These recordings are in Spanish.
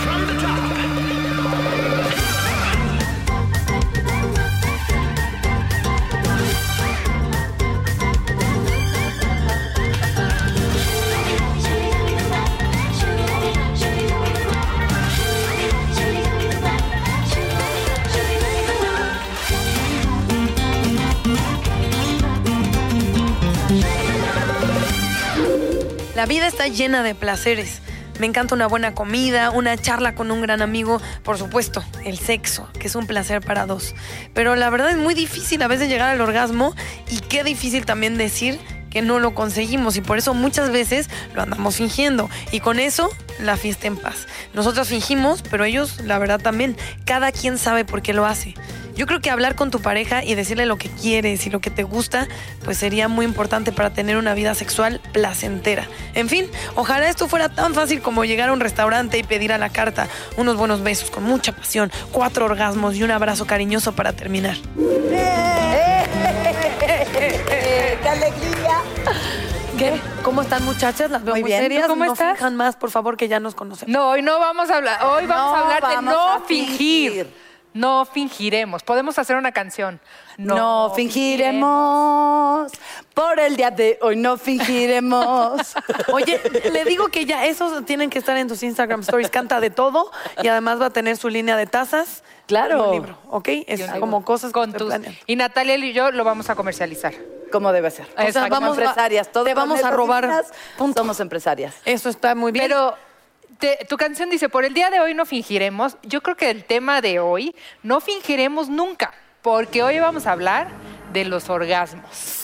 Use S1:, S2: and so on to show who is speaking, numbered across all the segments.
S1: From the top.
S2: La vida está llena de placeres. Me encanta una buena comida, una charla con un gran amigo, por supuesto, el sexo, que es un placer para dos. Pero la verdad es muy difícil a veces llegar al orgasmo y qué difícil también decir que no lo conseguimos y por eso muchas veces lo andamos fingiendo y con eso la fiesta en paz. Nosotros fingimos, pero ellos la verdad también, cada quien sabe por qué lo hace. Yo creo que hablar con tu pareja y decirle lo que quieres y lo que te gusta, pues sería muy importante para tener una vida sexual placentera. En fin, ojalá esto fuera tan fácil como llegar a un restaurante y pedir a la carta unos buenos besos con mucha pasión, cuatro orgasmos y un abrazo cariñoso para terminar.
S3: ¡Qué alegría!
S2: ¿Qué? ¿Cómo están muchachas? Las veo muy,
S3: Muy bien.
S2: serias.
S4: ¿Tú cómo
S2: no
S4: estás?
S2: finjan más, por favor, que ya nos conocemos.
S4: No, hoy no vamos a hablar, hoy vamos
S3: No
S4: a hablar de
S3: vamos
S4: no
S3: a
S4: fingir.
S3: fingir.
S4: No fingiremos. Podemos hacer una canción.
S3: No, fingiremos. Por el día de hoy no fingiremos.
S2: Oye, le digo que ya esos tienen que estar en tus Instagram stories. Canta de todo y además va a tener su línea de tazas.
S3: Claro.
S2: Y un libro, ¿ok? Es
S4: Yo digo,
S2: como cosas
S4: con
S2: que
S4: tus.
S2: planean.
S4: Y Natalia y yo lo vamos a comercializar.
S3: Como debe ser.
S4: Exacto.
S3: Somos
S4: Vamos
S2: a-
S3: empresarias. todas
S2: te vamos a robar,
S3: nosotras
S2: punto.
S3: Somos empresarias.
S2: Eso está muy bien.
S4: Pero te- tu canción dice, por el día de hoy no fingiremos. Yo creo que el tema de hoy, no fingiremos nunca, porque hoy vamos a hablar de los orgasmos.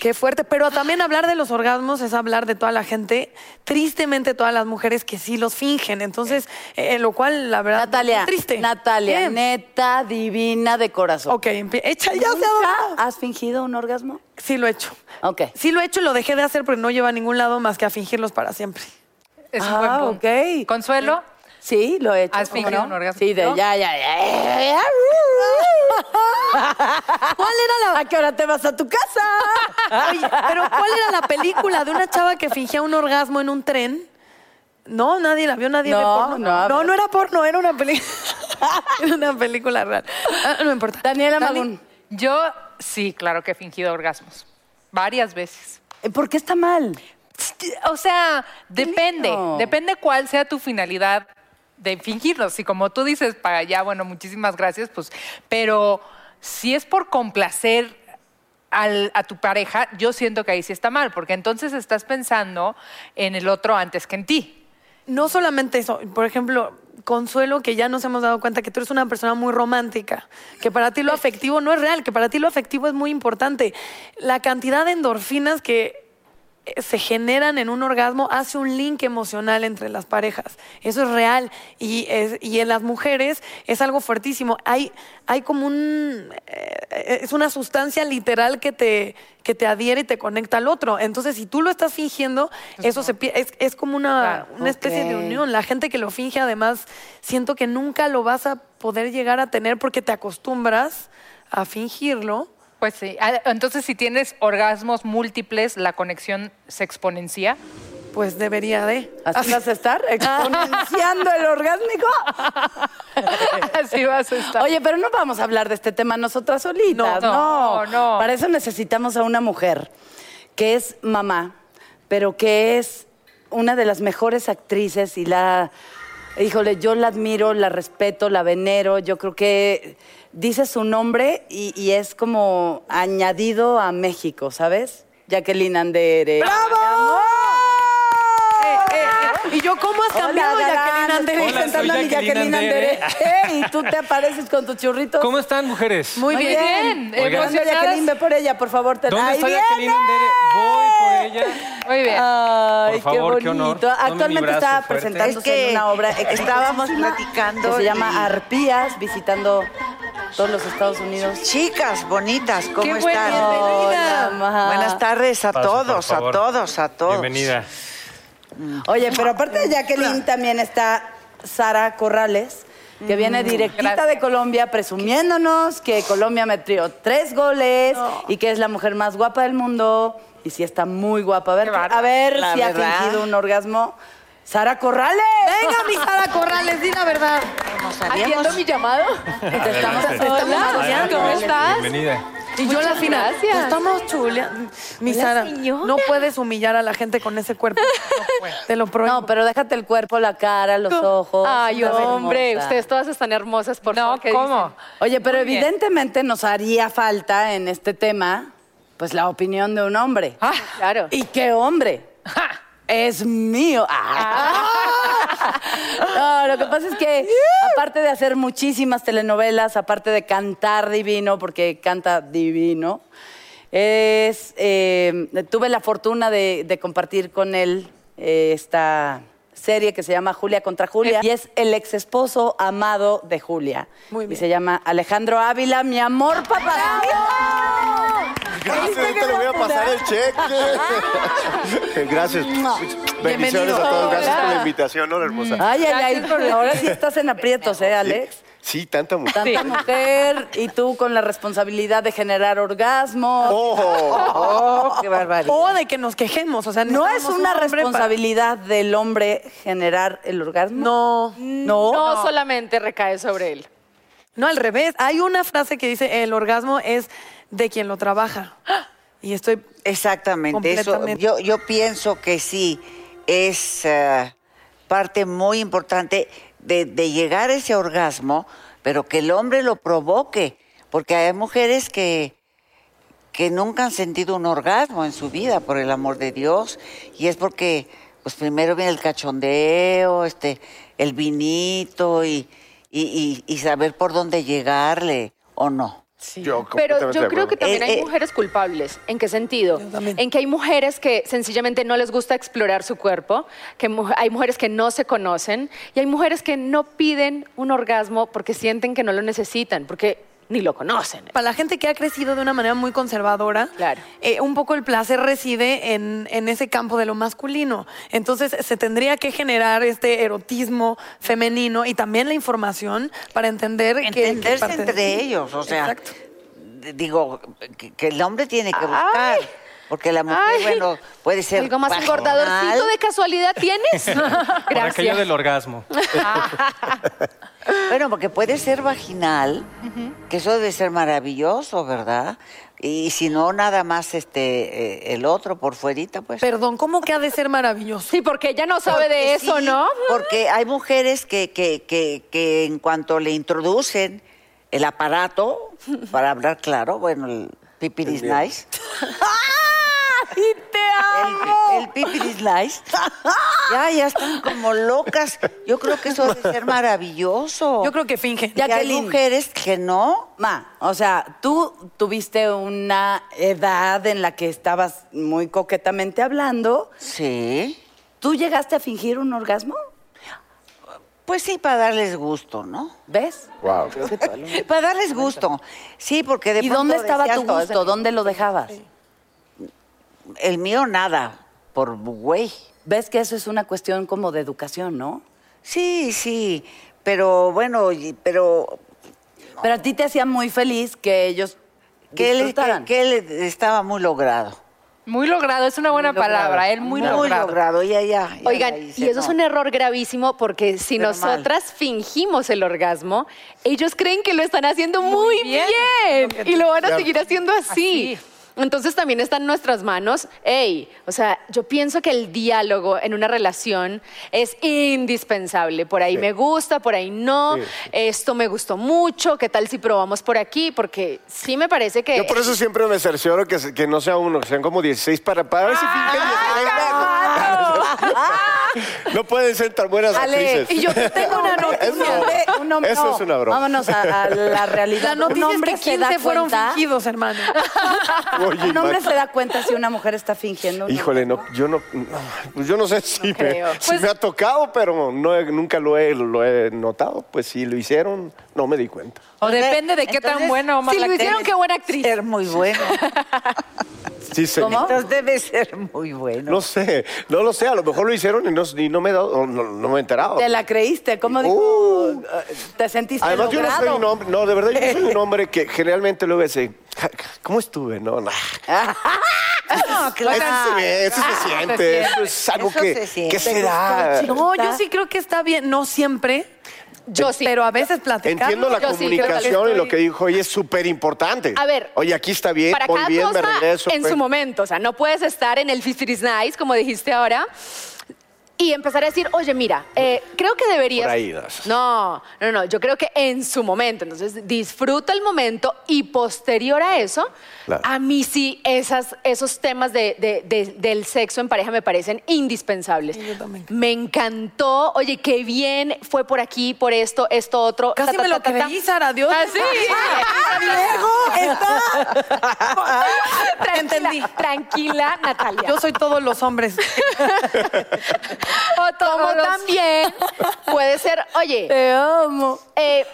S2: Qué fuerte. Pero también hablar de los orgasmos es hablar de toda la gente, tristemente todas las mujeres que sí los fingen. Entonces, eh, lo cual, la verdad,
S3: Natalia,
S2: es triste.
S3: Natalia,
S2: Bien.
S3: neta, divina de corazón.
S2: Ok, empie- echa ya. se
S3: ¿Nunca
S2: ha dado.
S3: ¿Has fingido un orgasmo?
S2: Sí lo he hecho.
S3: Ok.
S2: Sí lo he hecho y lo dejé de hacer porque no lleva a ningún lado más que a fingirlos para siempre.
S4: Es un
S3: Ah,
S4: buen punto.
S3: ok.
S4: Consuelo,
S3: Sí, lo he hecho.
S4: ¿Has
S3: ¿cómo
S4: fingido
S3: no?
S4: un orgasmo?
S3: Sí, de
S4: ¿No?
S3: ya, ya, ya. ¿Cuál era la? ¿A qué hora te vas a tu casa?
S2: Oye, pero ¿cuál era la película de una chava que fingía un orgasmo en un tren? No, nadie la vio, nadie ve
S3: No,
S2: porno.
S3: no,
S2: no,
S3: pero-
S2: no era porno, era una película. era una película real. Ah, no importa.
S3: Daniela
S2: Dani,
S3: Magún.
S4: yo sí, claro que he fingido orgasmos. Varias veces.
S3: Eh, ¿Por qué está mal?
S4: O sea, depende,
S3: lindo.
S4: depende cuál sea tu finalidad de fingirlo. Si como tú dices, para allá, bueno, muchísimas gracias, pues, pero si es por complacer al- a tu pareja, yo siento que ahí sí está mal, porque entonces estás pensando en el otro antes que en ti.
S2: No solamente eso, por ejemplo, Consuelo, que ya nos hemos dado cuenta que tú eres una persona muy romántica, que para ti lo afectivo no es real, que para ti lo afectivo es muy importante. La cantidad de endorfinas que eh, se generan en un orgasmo hace un link emocional entre las parejas. Eso es real. Y, es- y en las mujeres es algo fuertísimo. Hay, hay como un... eh, es una sustancia literal que te, que te adhiere y te conecta al otro. Entonces, si tú lo estás fingiendo, eso se pier- es, es como una,
S4: Claro.
S2: una especie de
S3: Ok.
S2: unión. La gente que lo finge, además, siento que nunca lo vas a poder llegar a tener porque te acostumbras a fingirlo.
S4: Pues sí. Ah, Entonces, si tienes orgasmos múltiples, la conexión se exponencia.
S2: Pues debería de.
S3: Así vas a estar exponenciando el orgásmico.
S4: Así vas a estar.
S3: Oye, pero no vamos a hablar de este tema nosotras solitas.
S4: No,
S3: No,
S4: no, no.
S3: Para eso necesitamos a una mujer que es mamá, pero que es una de las mejores actrices y la. Híjole, yo la admiro, la respeto, la venero. Yo creo que dice su nombre y, y es como añadido a México, ¿sabes? Jacqueline Andere. ¡Bravo!
S2: Eh, eh, eh. Y yo, ¿cómo has cambiado,
S3: Hola,
S2: Jacqueline
S3: Galán.
S2: Andere?
S3: Estoy
S5: Hola, soy
S3: cantando a mi
S5: Jacqueline
S3: Jacqueline Andere.
S5: Andere. Eh,
S3: Y tú te apareces con tus churritos.
S5: ¿Cómo están, mujeres?
S4: Muy
S3: Muy
S4: bien.
S3: bien.
S5: Oigan.
S3: Bueno,
S4: emocionadas.
S3: Jacqueline, ve por ella, por favor. Te...
S5: ¿Dónde
S3: ¡Ahí
S5: está
S3: viene!
S5: Jacqueline Andere? Voy por ella.
S4: Muy bien.
S3: Ay,
S5: Por favor,
S3: qué
S5: qué honor.
S3: bonito.
S5: Tome mi
S3: Actualmente
S5: brazo
S3: está
S5: fuerte.
S3: presentándose
S6: Es que
S3: en una obra
S6: estábamos
S3: exitosísima
S6: platicando
S3: que se llama
S6: y-
S3: Arpías, visitando todos los Estados Unidos.
S6: Chicas bonitas, ¿cómo
S4: Qué buena
S6: están?
S3: bienvenida.
S6: Hola, ma. Buenas tardes a
S5: Pase, por
S6: todos, a
S5: favor.
S6: todos, a todos.
S5: Bienvenida.
S3: Oye, pero aparte de Jacqueline también está Sara Corrales, que viene directita
S4: Gracias.
S3: de Colombia presumiéndonos que Colombia metió tres goles y que es la mujer más guapa del mundo. Y sí está muy guapa. A ver,
S4: Qué bárbaro.
S3: a ver
S6: La
S3: si
S6: verdad.
S3: ha fingido un orgasmo. Sara Corrales.
S2: Venga, mi Sara Corrales, di la verdad.
S6: Nos
S7: ¿Atiendo
S6: habíamos-
S7: mi llamado?
S3: Te estamos
S5: Adelante.
S3: haciendo-
S5: Adelante,
S2: ¿cómo
S5: Jacqueline,
S2: estás?
S5: Bienvenida.
S2: Y yo la final.
S7: gracias.
S2: Nos Estamos chulia. Mi
S7: Hola,
S2: Sara,
S7: señora.
S2: no puedes humillar a la gente con ese cuerpo. Te lo prohíbo.
S3: No, pero déjate el cuerpo, la cara, los ojos.
S7: Ay,
S3: Estás
S7: hombre,
S3: hermosa.
S7: ustedes todas están hermosas, por
S4: no,
S7: favor. ¿qué
S4: ¿cómo?
S7: dicen?
S3: Oye, pero
S4: Muy bien.
S3: evidentemente nos haría falta en este tema, pues la opinión de un hombre.
S4: Ah,
S7: Claro.
S3: ¿Y qué hombre?
S4: ja.
S3: Es mío. Ah. No, lo que pasa es que aparte de hacer muchísimas telenovelas, aparte de cantar divino, porque canta divino, es, eh, tuve la fortuna de, de compartir con él eh, esta serie que se llama Julia contra Julia y es el ex esposo amado de Julia.
S2: Muy bien.
S3: Y se llama Alejandro Ávila, mi amor papá.
S8: Gracias, Ah, ahorita le voy a pasar el cheque. Gracias. Bendiciones a todos. Gracias por la invitación, hola hermosa.
S3: Ay, ay,
S4: Gracias por
S3: ay.
S4: el-
S3: Ahora sí estás en aprietos, ¿eh, Alex?
S8: Sí, tanta mujer.
S3: Tanta mujer y tú con la responsabilidad de generar orgasmo.
S8: Oh. ¡Ojo!
S3: qué barbaridad.
S2: O Oh, de que nos quejemos. O sea,
S3: ¿No es
S2: necesitamos
S3: una
S2: un hombre para-
S3: responsabilidad del hombre generar el orgasmo?
S2: No.
S3: No.
S7: No, solamente recae sobre él.
S2: No, al revés. Hay una frase que dice, el orgasmo es de quien lo trabaja. Y estoy...
S6: Exactamente, eso.
S2: Completamente.
S6: Yo, yo pienso que sí, es eh, parte muy importante de, de llegar a ese orgasmo, pero que el hombre lo provoque, porque hay mujeres que, que nunca han sentido un orgasmo en su vida, por el amor de Dios, y es porque pues primero viene el cachondeo, este, el vinito y, y- y- y saber por dónde llegarle o no.
S8: Yo
S7: Pero
S8: completamente de
S7: yo creo que
S8: acuerdo.
S7: también
S6: Eh,
S7: hay
S6: eh.
S7: mujeres culpables. ¿En qué sentido?
S2: Yo también.
S7: En que hay mujeres que sencillamente no les gusta explorar su cuerpo, que mu- hay mujeres que no se conocen y hay mujeres que no piden un orgasmo porque sienten que no lo necesitan, porque ni lo conocen.
S2: Para la gente que ha crecido de una manera muy conservadora,
S7: Claro.
S2: eh, un poco el placer reside en, en ese campo de lo masculino. Entonces se tendría que generar este erotismo femenino y también la información para entender que- que...
S6: entenderse
S2: parte de-
S6: entre ellos, o sea,
S2: Exacto.
S6: d- digo que, que el hombre tiene que buscar, porque la mujer,
S7: Ay.
S6: bueno, puede ser
S7: Algo más
S6: vaginal.
S7: engordadorcito de casualidad tienes.
S5: Por aquello
S7: Gracias.
S5: del orgasmo.
S6: bueno, porque puede ser vaginal, que eso debe ser maravilloso, ¿verdad? Y si no, nada más este eh, el otro por fuerita, pues.
S2: Perdón, ¿cómo que ha de ser maravilloso?
S7: Sí, porque ella no sabe
S6: Porque
S7: de eso,
S6: sí,
S7: ¿no?
S6: Porque hay mujeres que, que, que, que en cuanto le introducen el aparato, para hablar claro, bueno, el pipir is nice. El, el pipir is nice. Ya, ya están como locas. Yo creo que eso debe ser maravilloso.
S2: Yo creo que finge.
S6: que hay
S3: Jacqueline.
S6: mujeres que no.
S3: Ma, o sea, tú tuviste una edad en la que estabas muy coquetamente hablando.
S6: Sí.
S3: ¿Tú llegaste a fingir un orgasmo?
S6: Pues sí, para darles gusto, ¿no?
S3: ¿Ves?
S8: Wow.
S6: Para darles gusto. Sí, porque de
S3: ¿Y
S6: pronto
S3: dónde estaba
S6: decías,
S3: tu
S6: "No,
S3: gusto? ¿Dónde lo dejabas?
S6: El mío nada, por güey.
S3: ¿Ves que eso es una cuestión como de educación, no?
S6: Sí, sí, pero bueno, y- pero
S3: Pero a ti te hacía muy feliz que ellos
S6: que él,
S3: disfrutaran.
S6: que- que él estaba muy logrado.
S4: Muy logrado, es una buena palabra. Él muy, logrado.
S6: ya, ya. ya
S7: Oigan,
S6: la hice,
S7: y eso es
S6: no.
S7: un error gravísimo porque si
S6: Pero mal.
S7: nosotras fingimos el orgasmo, ellos creen que lo están haciendo muy, bien, y lo van a seguir haciendo así. Entonces también está en nuestras manos, hey, o sea, yo pienso que el diálogo en una relación es indispensable. Por ahí me gusta, por ahí no,
S8: Sí,
S7: esto me gustó mucho, ¿qué tal si probamos por aquí? Porque sí me parece que...
S8: Yo por eso siempre me cercioro que, se- que no sea uno, que sean como 16 para, para ver si
S3: Ah.
S8: fingen y están gatos. No pueden ser tan buenas
S3: Ale,
S8: actrices.
S3: y yo te tengo una
S8: Es
S3: noticia.
S8: broma.
S3: Un hombre-
S8: Eso es una broma.
S3: Vámonos a, a la realidad.
S2: La noticia
S3: un hombre
S2: es que
S3: se da
S2: 15 fueron
S3: cuenta-
S2: fingidos, hermano.
S8: Oye,
S3: Un hombre
S8: Max,
S3: se da cuenta si una mujer está fingiendo. ¿no?
S8: Híjole, no, yo no, no, pues yo no sé si, me,
S7: creo.
S8: si
S3: Pues
S8: me ha tocado, pero no he- nunca lo he, lo he notado. Pues si lo hicieron, no me di cuenta.
S4: O depende de qué tan
S6: Entonces,
S4: buena o
S6: sí
S4: mala
S7: lo hicieron,
S4: actriz.
S7: qué buena actriz.
S6: Ser Pues, eh, muy bueno.
S8: Sí, señor.
S6: Entonces debe ser muy bueno.
S8: No sé, no lo sé, a lo mejor lo hicieron y no, y no me he dado- o no, no me he enterado.
S3: Te la creíste, ¿cómo dijo?
S8: Uh.
S3: ¿Te sentiste
S8: Además, yo no
S3: logrado?
S8: soy un hombre, no, de verdad, yo soy un hombre que generalmente luego dice, "Ja, ja, ¿cómo estuve? No, no.
S2: Ah,
S6: No,
S8: Eso se ve, eso se siente, eso es algo
S6: Eso
S8: que,
S6: se siente.
S8: ¿qué será?
S2: No, yo sí creo que está bien. No siempre.
S7: Yo sí.
S2: Pero a veces platicando.
S8: Entiendo la
S7: Yo sí, creo que le
S8: comunicación y
S7: estoy-
S8: lo que dijo hoy es súper importante.
S7: A ver,
S8: Oye, aquí está bien,
S7: para
S8: muy
S7: cada
S8: bien, me
S7: cosa
S8: regreso.
S7: en
S8: pues.
S7: su momento. O sea, no puedes estar en el Fifties Nice, como dijiste ahora, y empezar a decir, oye, mira, eh, creo que deberías.
S8: Por ahí das.
S7: No, no, no. Yo creo que en su momento. Entonces, disfruta el momento y posterior a eso,
S8: Claro.
S7: a mí sí, esas, esos temas de, de- de- del sexo en pareja me parecen indispensables. Me encantó. Oye, qué bien fue por aquí, por esto, esto, otro.
S2: Casi
S7: ta, ta,
S2: me lo
S7: ta, ta, ta.
S2: creí, Sara, Dios.
S7: Ah, sí. Tranquila,
S2: Entendí.
S7: Tranquila, Natalia.
S2: Yo soy todos los hombres.
S7: O como
S2: los-
S7: también puede ser, oye,
S3: Te amo.
S7: eh,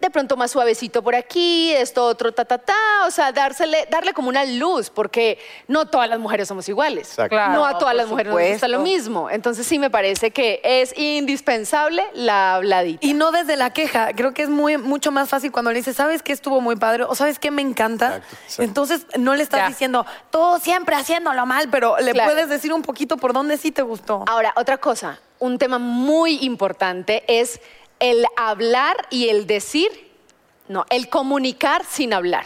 S7: de pronto más suavecito por aquí, esto otro, ta, ta, ta. O sea, dársele, darle como una luz, porque no todas las mujeres somos iguales.
S8: Exacto.
S4: Claro,
S7: no a todas
S6: por
S7: las mujeres nos gusta
S6: supuesto.
S7: lo mismo. Entonces sí me parece que es indispensable la habladita.
S2: Y no desde la queja. Creo que es muy, mucho más fácil cuando le dices, ¿sabes qué estuvo muy padre? ¿O sabes qué me encanta?
S8: Exacto, exacto.
S2: Entonces no le estás
S4: Ya.
S2: diciendo, tú siempre haciéndolo mal, pero le
S7: Claro.
S2: puedes decir un poquito por dónde sí te gustó.
S7: Ahora, otra cosa, un tema muy importante es el hablar y el decir, no, el comunicar sin hablar.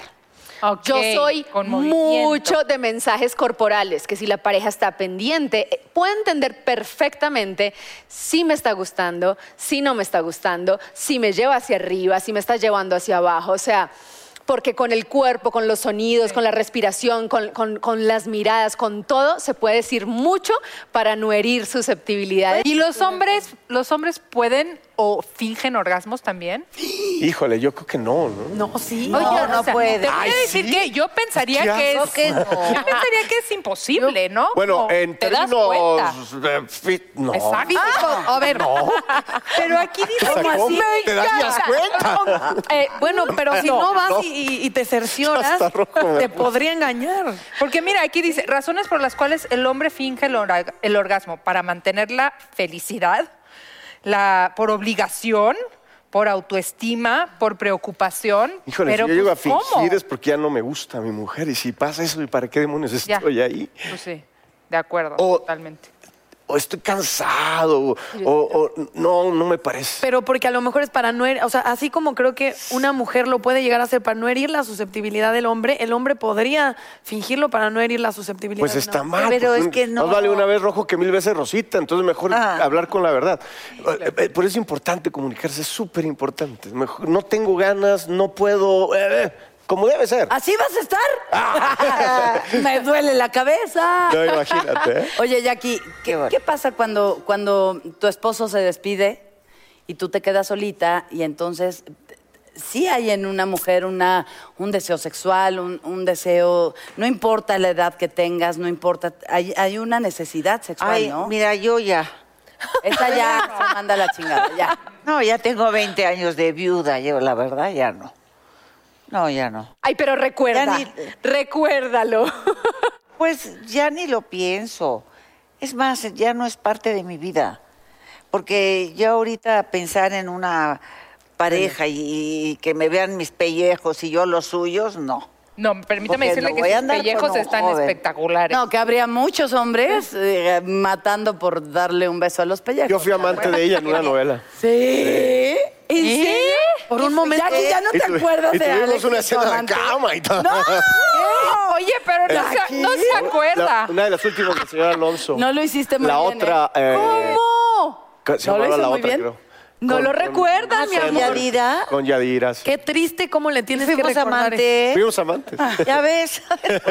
S4: Ok,
S7: Yo soy
S4: con movimiento.
S7: mucho de mensajes corporales, que si la pareja está pendiente, eh, puede entender perfectamente si me está gustando, si no me está gustando, si me lleva hacia arriba, si me está llevando hacia abajo, o sea... Porque con el cuerpo, con los sonidos, con la respiración, con, con- con las miradas, con todo, se puede decir mucho para no herir susceptibilidades.
S4: ¿Y los hombres, los hombres pueden o fingen orgasmos también?
S8: Híjole, yo creo que no, ¿no?
S2: No, sí.
S6: No,
S4: Oye,
S6: no puede.
S4: Te voy a
S8: Ay,
S4: decir
S8: ¿sí?
S4: que yo pensaría
S8: Ya
S4: que
S8: no
S4: es.
S6: que no.
S4: Yo pensaría que es imposible, ¿no?
S8: Bueno,
S4: Como,
S8: en
S4: ¿te das cuenta?
S8: términos... de fit- no. Ah,
S4: Exacto.
S2: a ver. Pero aquí dice
S8: O sea,
S2: como
S8: ¿cómo
S2: así.
S8: te darías cuenta?
S2: Eh, bueno, pero si
S8: No,
S2: no vas
S8: no.
S2: y- Y, y te cercioras,
S8: Ya está rojo.
S2: te podría engañar.
S4: Porque mira, aquí dice, razones por las cuales el hombre finge el, orga- el orgasmo, para mantener la felicidad, la, por obligación, por autoestima, por preocupación.
S8: Híjole,
S4: pero
S8: si yo llego a
S4: pues,
S8: fingir
S4: ¿cómo?
S8: es porque ya no me gusta mi mujer. Y si pasa eso, ¿y para qué demonios
S4: Ya.
S8: estoy ahí?
S4: Pues sí, de acuerdo,
S8: O-
S4: totalmente.
S8: O estoy cansado, o, o- no, no me parece.
S2: Pero porque a lo mejor es para no herir, o sea, así como creo que una mujer lo puede llegar a hacer para no herir la susceptibilidad del hombre, el hombre podría fingirlo para no herir la susceptibilidad.
S8: Pues
S2: de una
S8: está
S2: mujer.
S8: mal.
S6: Pero
S8: pues,
S6: es que no.
S8: Más vale una vez rojo que mil veces rosita, entonces mejor
S6: Ah.
S8: hablar con la verdad. Eh, eh, Por eso es importante comunicarse, es súper importante. Mejor- No tengo ganas, no puedo, eh, eh, como debe ser. Ah,
S3: ¿Así vas a estar? Me duele la cabeza.
S8: No, imagínate. ¿eh?
S3: Oye, Jackie, ¿qué,
S6: Qué bueno.
S3: qué pasa cuando, cuando tu esposo se despide y tú te quedas solita y entonces t- sí hay en una mujer una, un deseo sexual, un, un deseo, no importa la edad que tengas, no importa, hay, hay una necesidad sexual,
S6: Ay,
S3: ¿no?
S6: mira, yo ya.
S3: Esa ya se manda a la chingada, ya.
S6: No, ya tengo 20 años de viuda, yo la verdad ya no. No, ya no.
S7: Ay, pero recuerda,
S6: Ya ni-
S7: recuérdalo.
S6: Pues ya ni lo pienso. Es más, ya no es parte de mi vida. Porque yo ahorita pensar en una pareja y, y que me vean mis pellejos y yo los suyos, no.
S4: No, permítame decirle que sus pellejos están espectaculares.
S3: No, que habría muchos hombres eh, matando por darle un beso a los pellejos.
S8: Yo fui amante de ella en una novela.
S3: ¿Sí? ¿En serio? Por un momento. Ya que ya no
S8: Y
S3: te
S8: tuvi-
S3: acuerdas
S8: y
S3: de
S8: tuvimos
S3: Alex
S8: una
S3: y
S8: escena de
S3: Tomante.
S8: cama y todo.
S3: ¡No!
S4: Oye, pero no, se, no se
S8: La-
S4: acuerda.
S8: una de las últimas del señor Alonso.
S3: No lo hiciste muy
S8: la
S3: bien,
S8: Otra,
S3: ¿eh?
S8: eh,
S7: ¿Cómo?
S8: ca- se
S3: ¿No lo
S8: llamaba
S3: hizo
S8: la
S3: muy
S8: otra,
S3: bien?
S8: creo.
S2: No
S8: Con-
S2: lo
S8: con-
S6: Ah,
S2: recuerdas, mi
S8: con-
S2: amor.
S6: Yadira.
S8: Con Yadiras.
S2: Qué triste cómo le tienes que
S6: Fuimos
S2: recordar. eso.
S6: amantes.
S8: Fuimos amantes.
S6: Ya ves.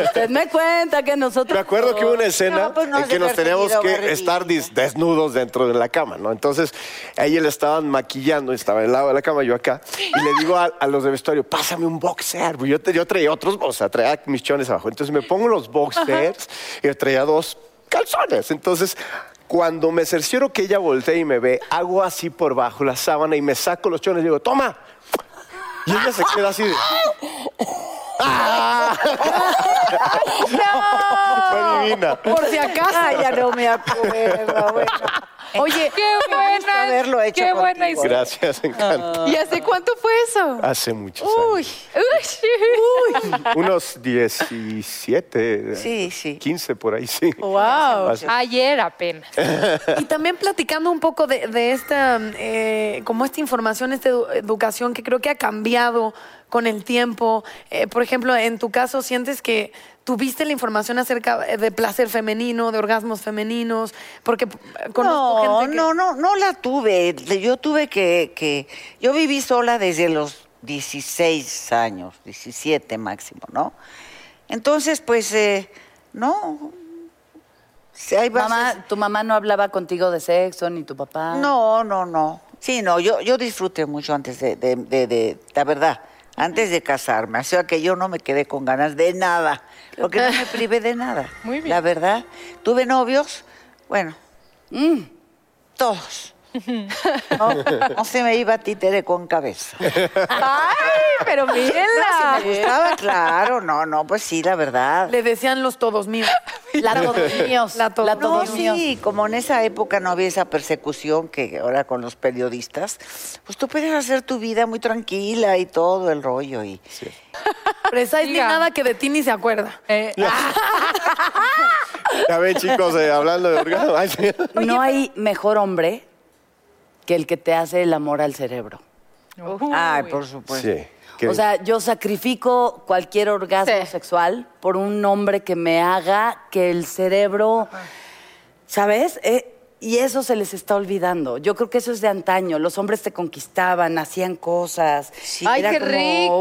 S3: Usted me cuenta que nosotros...
S8: Me acuerdo que hubo una escena
S6: No, pues no
S8: en
S6: has
S8: que
S6: de
S8: nos
S6: haber
S8: teníamos
S6: tenido
S8: que
S6: barriguita.
S8: estar dis- desnudos dentro de la cama, ¿no? Entonces, a ella le estaban maquillando, estaba al lado de la cama, yo acá, y le digo a, a los de vestuario, pásame un boxer. pues Yo, te- yo traía otros, o sea, traía mis chones abajo. Entonces me pongo los boxers y traía dos calzones. Entonces. Cuando me cercioro que ella voltea y me ve, hago así por bajo la sábana y me saco los chones y digo, toma. Y ella se queda así de... ¡Ah! Fue divina.
S3: Por si acaso.
S6: ya no me acuerdo. Bueno.
S7: Oye,
S4: Qué buena.
S6: haberlo hecho
S4: qué buena
S6: contigo.
S4: historia.
S8: Gracias, encanto.
S7: ¿Y hace cuánto fue eso?
S8: Hace muchos
S7: Uy,
S8: años.
S7: uy.
S8: Unos 17,
S6: Sí, sí.
S8: 15 por ahí, sí.
S3: Wow.
S8: Hace-
S4: Ayer apenas.
S2: Y también platicando un poco de, de esta, eh, como esta información, esta edu- educación que creo que ha cambiado con el tiempo. Eh, por ejemplo, en tu caso, sientes que tuviste la información acerca eh, de placer femenino, de orgasmos femeninos, porque eh, conozco
S6: no,
S2: gente que...
S6: no, no, no la tuve. Yo tuve que, que... Yo viví sola desde los 16 años, 17 máximo, ¿no? Entonces, pues, eh, no. Sí, hay bases-
S3: Mamá, tu mamá no hablaba contigo de sexo, ni tu papá.
S6: No, no, no. Sí, no, yo, yo disfruté mucho antes de, de- de- de- la verdad, antes de casarme. O sea que yo no me quedé con ganas de nada, porque no me privé de nada.
S4: Muy bien.
S6: La verdad, tuve novios, bueno, mm, todos. No, no se me iba títere con cabeza.
S7: Ay, pero mírenla.
S6: Me gustaba, claro, no, no, pues sí, la verdad.
S2: Le decían los todos míos.
S3: La todos míos.
S2: La
S3: La,
S2: to-
S3: todos
S6: no,
S3: míos.
S6: sí, como en esa época no había esa persecución que ahora con los periodistas, pues tú puedes hacer tu vida muy tranquila y todo el rollo. Y...
S2: Precisely
S4: Diga.
S2: nada que de ti ni se acuerda.
S4: Eh,
S8: Ya ven, chicos, eh, hablando de orgasmo. ay, sí.
S3: No hay mejor hombre que el que te hace el amor al cerebro.
S4: uy.
S6: Ay, por supuesto.
S8: Sí. qué
S3: O sea, yo sacrifico cualquier orgasmo
S7: Sí.
S3: sexual por un hombre que me haga que el cerebro, ¿sabes? Eh, y eso se les está olvidando. Yo creo que eso es de antaño. Los hombres te conquistaban, hacían cosas.
S6: Sí,
S7: Ay,
S6: era
S7: qué
S6: como-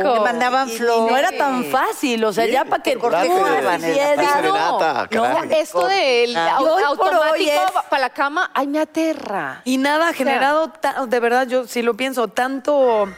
S7: rico.
S6: Te mandaban
S3: Y- y
S6: flores.
S3: No era tan fácil. O sea,
S8: Sí,
S3: ya para que
S8: te cortaste
S3: tú
S8: de-
S3: hicieras-
S8: de serenata,
S7: No,
S8: caray.
S7: esto del
S6: Ah.
S7: au-
S3: Y hoy por hoy
S7: automático
S3: es-
S7: para la cama, ay, me aterra.
S2: Y nada ha
S7: sea-
S2: generado, ta- de verdad, yo sí lo pienso, tanto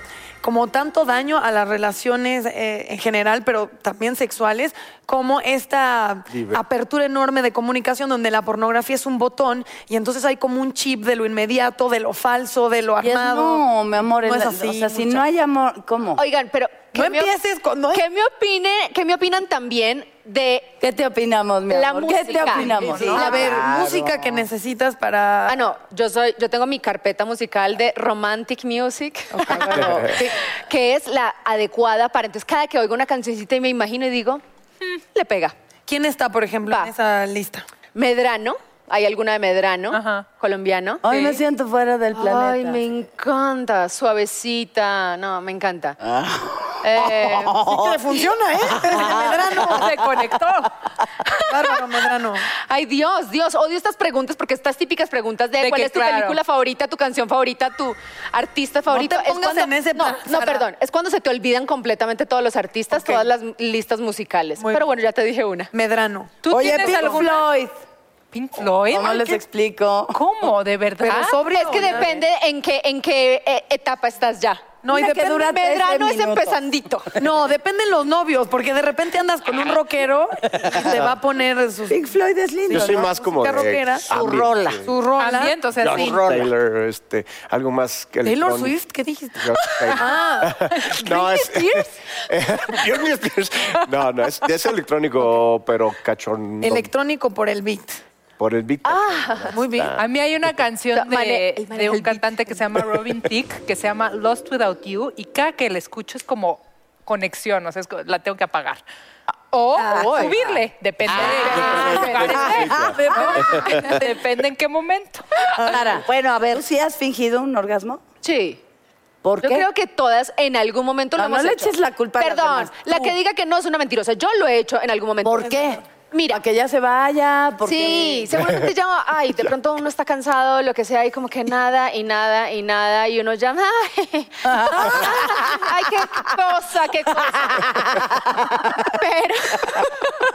S2: como tanto daño a las relaciones eh, en general, pero también sexuales, como esta
S8: Liber-
S2: apertura enorme de comunicación donde la pornografía es un botón y entonces hay como un chip de lo inmediato, de lo falso, de lo
S3: Y es,
S2: armado.
S3: no, mi amor,
S2: No
S3: el-
S2: es así,
S3: o sea, si
S2: muchacha.
S3: no hay amor, ¿cómo?
S7: Oigan, pero
S2: No
S7: ¿qué me op-
S2: empieces con- no-
S7: ¿qué me opine, qué me opinan también de
S3: ¿Qué te opinamos, mi
S7: La
S3: amor? ¿Qué te
S7: música.
S3: opinamos?
S7: Sí,
S3: no?
S2: A ver,
S6: Claro.
S2: música que necesitas para...
S7: Ah, no, yo soy, yo tengo mi carpeta musical de romantic music, que- que es la adecuada para. Entonces, cada que oigo una cancioncita y me imagino y digo, "Mm, le pega.
S2: ¿Quién está, por ejemplo,
S7: Va.
S2: en esa lista?
S7: Medrano, hay alguna de Medrano,
S4: Ajá.
S7: colombiano.
S3: Hoy me siento fuera del planeta.
S7: Ay, me encanta, suavecita, no, me encanta. Eh,
S2: Sí que le funciona, ¿eh? Medrano.
S4: Se conectó.
S2: Bárbaro, Medrano.
S7: Ay, Dios, Dios, odio estas preguntas porque estas típicas preguntas de,
S4: De
S7: cuál
S4: que,
S7: es tu
S4: claro.
S7: película favorita, tu canción favorita, tu artista favorito.
S2: te
S7: Es
S2: pongas en ese
S7: no,
S2: plan,
S7: no,
S2: Sara.
S7: perdón, es cuando se te olvidan completamente todos los artistas,
S2: Ok.
S7: todas las listas musicales.
S2: Muy
S7: Pero
S2: bien.
S7: bueno, ya te dije una.
S2: Medrano. ¿Tú
S3: Oye,
S2: tienes
S3: Pink
S2: alguna?
S3: Floyd.
S4: Pink Floyd.
S3: ¿Cómo
S4: Ay,
S3: les
S4: qué-
S3: explico?
S4: ¿Cómo? ¿De verdad?
S2: Pero sobrio,
S7: Ah, es que
S2: ¿no?
S7: depende en qué, en qué eh, etapa estás ya.
S2: No, y
S3: Mira que
S2: depende
S3: dura tres
S7: Medrano es
S3: minutos.
S7: empezandito.
S2: No, dependen los novios, porque de repente andas con un rockero y te va a poner sus,
S3: Pink Floyd es lindo.
S8: Yo soy
S3: ¿no?
S8: más como
S2: música
S8: de
S2: rockera.
S6: Su rola.
S2: su rola.
S4: Ambiente, o sea, sí.
S8: Taylor, este, algo más que
S2: Taylor
S8: electrónico.
S2: Swift, ¿qué dijiste? Ah,
S8: Yo- no, es, Britney Spears. No, no, es, es electrónico, pero cachón.
S2: Electrónico por el beat.
S8: Por el beat.
S2: Muy bien.
S4: A mí hay una canción
S7: Ah, Mane-
S4: de,
S7: el Mane
S4: de un
S7: del
S4: cantante que se llama Robin Thicke, que se llama Lost Without You, y cada que la escucho es como conexión, o sea, es co- la tengo que apagar.
S7: Oh,
S4: O
S2: Ah,
S4: subirle, depende de- depende- depende en qué momento.
S3: Clara,
S6: Bueno, a ver.
S3: ¿tú sí has fingido un orgasmo?
S7: Sí.
S3: ¿Por
S7: Yo
S3: qué?
S7: creo que todas en algún momento
S3: No,
S7: lo hemos
S3: no le
S7: hecho.
S3: eches la culpa a las
S7: Perdón,
S3: demás.
S7: la
S3: Tú.
S7: que diga que no es una mentirosa. Yo lo he hecho en algún momento.
S3: ¿Por qué?
S7: Mira.
S3: ¿Para que ya se vaya? ¿Por
S7: Sí,
S3: qué?
S7: seguramente ya, ay, de pronto uno está cansado, lo que sea, y como que nada, y nada, y nada, y uno ya, ay, ay, qué cosa, qué cosa. Pero,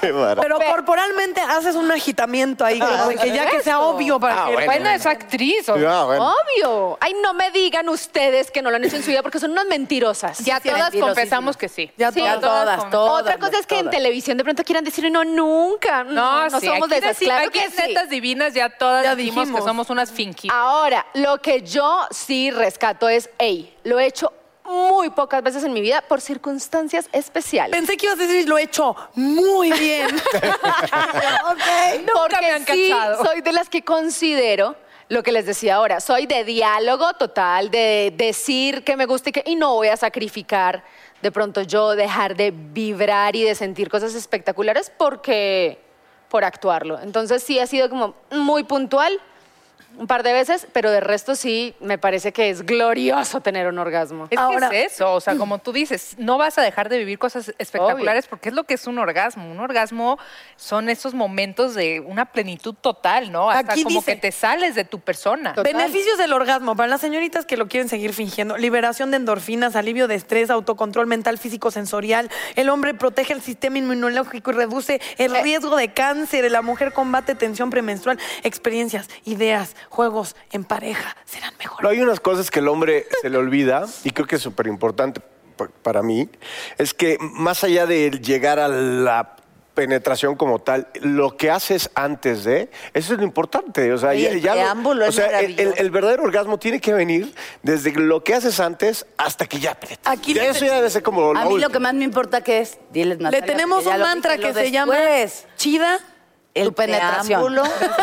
S8: Qué maravilla.
S2: Pero corporalmente haces un agitamiento ahí, como de que ya que sea obvio para que...
S4: Bueno, es actriz. o-
S8: Ah, bueno.
S7: obvio, ay, no me digan ustedes que no lo han hecho en su vida porque son unas mentirosas.
S4: Ya todas confesamos que sí.
S3: Ya
S7: Sí,
S3: todas, todas,
S4: con-
S3: todas.
S7: Otra cosa es que en
S3: todas.
S7: televisión de pronto quieran decir, no, nunca, no, no
S4: sí,
S7: somos
S4: aquí
S7: de esas,
S4: deci-
S7: claro
S4: aquí
S7: que
S4: en
S7: sí. Ah,
S4: Netas Divinas ya todas
S2: Ya
S4: dijimos,
S2: dijimos.
S4: que somos unas finquis.
S7: Ahora, lo que yo sí rescato es, hey, lo he hecho muy pocas veces en mi vida por circunstancias especiales.
S2: Pensé que ibas a decir, lo he hecho muy bien.
S7: porque
S4: me han
S7: sí,
S4: cachado.
S7: soy de las que considero lo que les decía ahora, soy de diálogo total, de decir que me gusta y que y no voy a sacrificar de pronto yo dejar de vibrar y de sentir cosas espectaculares porque por actuarlo. Entonces sí ha sido como muy puntual un par de veces, pero de resto sí me parece que es glorioso tener un orgasmo.
S4: Es
S2: Ahora-
S4: que es eso, o sea, como tú dices, no vas a dejar de vivir cosas espectaculares porque es lo que es un orgasmo. Un orgasmo son esos momentos de una plenitud total, ¿no? Hasta
S2: Aquí
S4: como
S2: dice-
S4: que te sales de tu persona.
S2: Beneficios del orgasmo para las señoritas que lo quieren seguir fingiendo. Liberación de endorfinas, alivio de estrés, autocontrol mental, físico, sensorial. El hombre protege el sistema inmunológico y reduce el
S4: Eh.
S2: riesgo de cáncer. La mujer combate tensión premenstrual. Experiencias, ideas, juegos en pareja serán
S8: No,
S2: mejores.
S8: hay unas cosas que el hombre se le olvida y creo que es súper importante pa- para mí, es que más allá de llegar a la penetración como tal, lo que haces antes de, eso es lo importante. O sea,
S6: Oye,
S8: ya-
S6: el
S8: ya lo-
S6: preámbulo
S8: o
S6: es
S8: sea, el,
S6: maravilloso.
S8: el verdadero orgasmo tiene que venir desde lo que haces antes hasta que ya penetras.
S3: Aquí
S8: Ya
S3: le-
S8: eso ya debe ser como
S3: A
S8: lo
S3: mí lo
S8: último.
S3: que más me importa que es, diles Natalia,
S2: Le tenemos
S3: porque ya
S2: un
S3: lo
S2: mantra
S3: dije,
S2: que
S3: lo
S2: se llama
S3: después.
S2: Chida.
S3: tu penetración.
S6: preámbulo.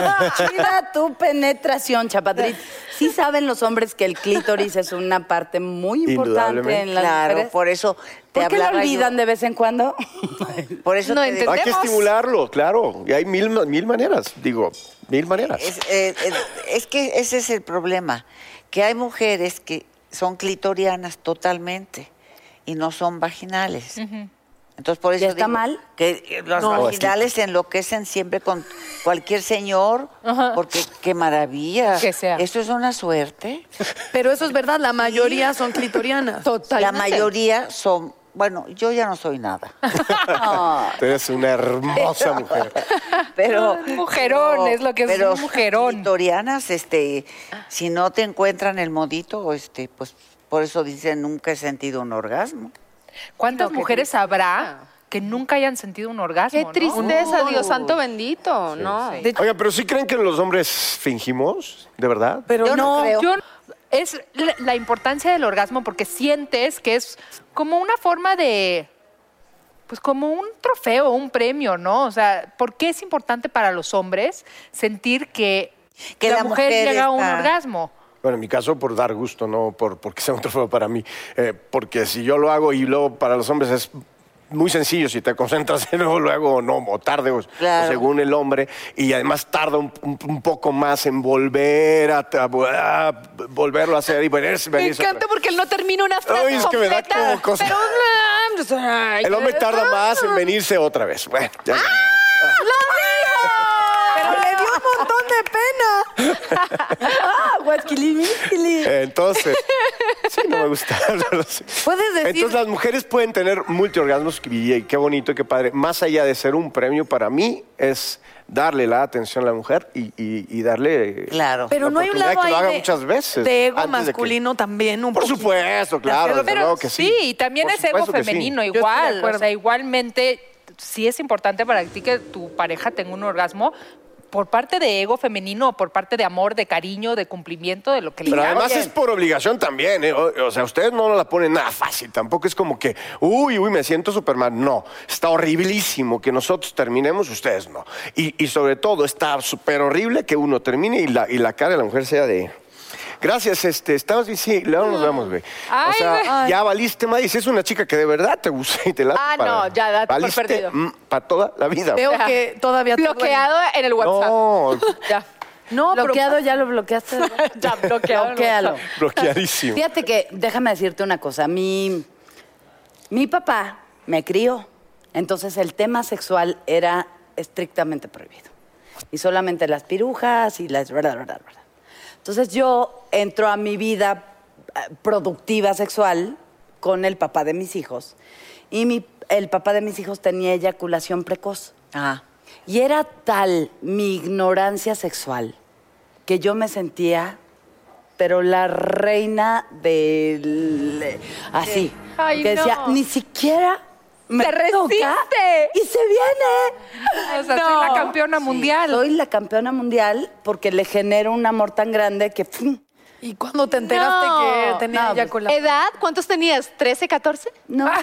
S3: Chida tu penetración, Chapadrit. Sí saben los hombres que el clítoris es una parte muy importante
S8: Indudablemente.
S3: en las
S6: Claro,
S3: mujeres.
S6: por eso te
S3: ¿Por qué lo
S6: hablaba yo.
S3: olvidan de vez en cuando?
S6: Por eso
S7: No
S6: te digo,
S8: Hay que
S7: entendemos.
S8: estimularlo, claro. Y hay mil, ma- mil maneras, digo, mil maneras.
S6: es, eh, eh, es que ese es el problema, que hay mujeres que son clitorianas totalmente y no son vaginales. Entonces por
S3: Mm.
S6: eso
S3: ¿Ya está
S6: digo
S3: mal?
S6: que eh, los
S8: No, es que-
S6: vaginales se enloquecen siempre con cualquier señor, porque qué maravilla.
S4: Que sea.
S6: Eso es una suerte.
S2: Pero eso es verdad, la mayoría son clitorianas.
S6: La
S7: Totalmente.
S6: mayoría son, bueno, yo ya no soy nada. oh.
S8: Tú eres una hermosa mujer.
S6: pero
S4: Ay, Ah, mujerón,
S6: pero-
S4: es lo que es
S6: pero
S4: un mujerón. Ah.
S6: Vitorianas, este, si no te encuentran el modito, este, pues por eso dicen nunca he sentido un orgasmo.
S4: ¿Cuántas
S7: No, qué
S4: mujeres
S7: tristeza.
S4: habrá que nunca hayan sentido un orgasmo?
S7: Qué
S4: no? Uh.
S7: tristeza, Dios santo bendito, ¿no?
S8: Oiga, pero sí creen que los hombres fingimos, de verdad.
S2: Pero
S6: Yo no
S2: no.
S6: creo.
S4: Yo- es la, la importancia del orgasmo porque sientes que es como una forma de, pues como un trofeo, un premio, ¿no? O sea, ¿por qué es importante para los hombres sentir que,
S6: Que
S4: la,
S6: la
S4: mujer,
S6: mujer
S4: llega a un
S6: está-
S4: orgasmo?
S8: Bueno, en mi caso por dar gusto, no por porque sea un trofeo para mí. Eh, porque si yo lo hago y luego para los hombres es muy sencillo, si te concentras en luego lo hago o no, o tarde, o,
S6: Claro.
S8: o según el hombre, y además tarda un, un- un poco más en volver a, a- a volverlo a hacer y ponerse.
S7: Me
S8: venirse otra
S7: encanta
S8: vez.
S7: porque él no termina una frase
S8: Ay, es que me da
S7: completa,
S8: como cosa.
S7: Pero una- pues, ay,
S8: El hombre
S7: ya-
S8: tarda más en venirse otra vez. Bueno, ya.
S2: Pero le dio un montón de pena. Ah, guasquilimíquili.
S8: Entonces, sí, no me gusta. no lo sé.
S2: Puedes decir-
S8: Entonces, las mujeres pueden tener multiorgasmos y y qué bonito, qué padre. Más allá de ser un premio, para mí es darle la atención a la mujer y, y- y darle.
S6: Claro.
S2: Pero
S8: la
S2: no hay un
S8: oportunidad
S2: lado
S8: que lo
S2: ahí
S8: haga
S2: de,
S8: muchas veces.
S2: de ego
S8: antes de que-
S2: masculino también. Un
S8: Por
S2: poquito.
S8: supuesto, claro, desde luego que sí.
S4: y también
S8: Por
S4: es ego
S8: supuesto que sí.
S4: femenino
S2: estoy de
S4: igual. O
S2: acuerdo.
S4: sea, igualmente sí es importante para ti que tu pareja tenga un orgasmo por parte de ego femenino, por parte de amor, de cariño, de cumplimiento, de lo que
S8: Pero
S4: le
S8: además
S4: hagas.
S8: es por obligación también, ¿eh? O, o sea, ustedes no la ponen nada fácil. Tampoco es como que, uy, uy, me siento Superman. No, está horribilísimo que nosotros terminemos, ustedes no. Y, y sobre todo, está súper horrible que uno termine y la, y la cara de la mujer sea de... gracias, este, estamos bien, sí, luego nos vemos, güey.
S7: Ah. Ay,
S8: O sea,
S7: güey.
S8: ya valiste, madre, si es una chica que de verdad te gusta y te la
S7: Ah, no, ya, date por perdido.
S8: para toda la vida. güey.
S2: Veo que todavía te duele.
S7: Bloqueado en el WhatsApp.
S8: No,
S7: Ya.
S2: No, pero
S3: Bloqueado, ya lo bloqueaste.
S7: Ya, bloqueado.
S3: Bloquealo.
S8: bloqueadísimo.
S3: Fíjate que, déjame decirte una cosa. Mi, mi papá me crió. Entonces el tema sexual era estrictamente prohibido. Y solamente las pirujas y las. Verdad, verdad, verdad. Entonces yo entro a mi vida eh, productiva sexual con el papá de mis hijos. Y mi- el papá de mis hijos tenía eyaculación precoz.
S6: Ajá.
S3: Y era tal mi ignorancia sexual que yo me sentía, pero la reina del... Así.
S7: Ay,
S3: que decía,
S7: no.
S3: ni siquiera me
S7: ¡Te
S3: toca
S7: resiste!
S3: y se viene.
S4: O sea, soy la campeona mundial.
S3: Soy la campeona mundial porque le genero un amor tan grande que... ¡fum!
S2: ¿Y cuándo te enteraste
S7: No.
S2: que tenía
S3: No, pues,
S2: eyaculación?
S7: ¿Edad? ¿Cuántos tenías? Ah. ¿13, 14?
S3: No, no,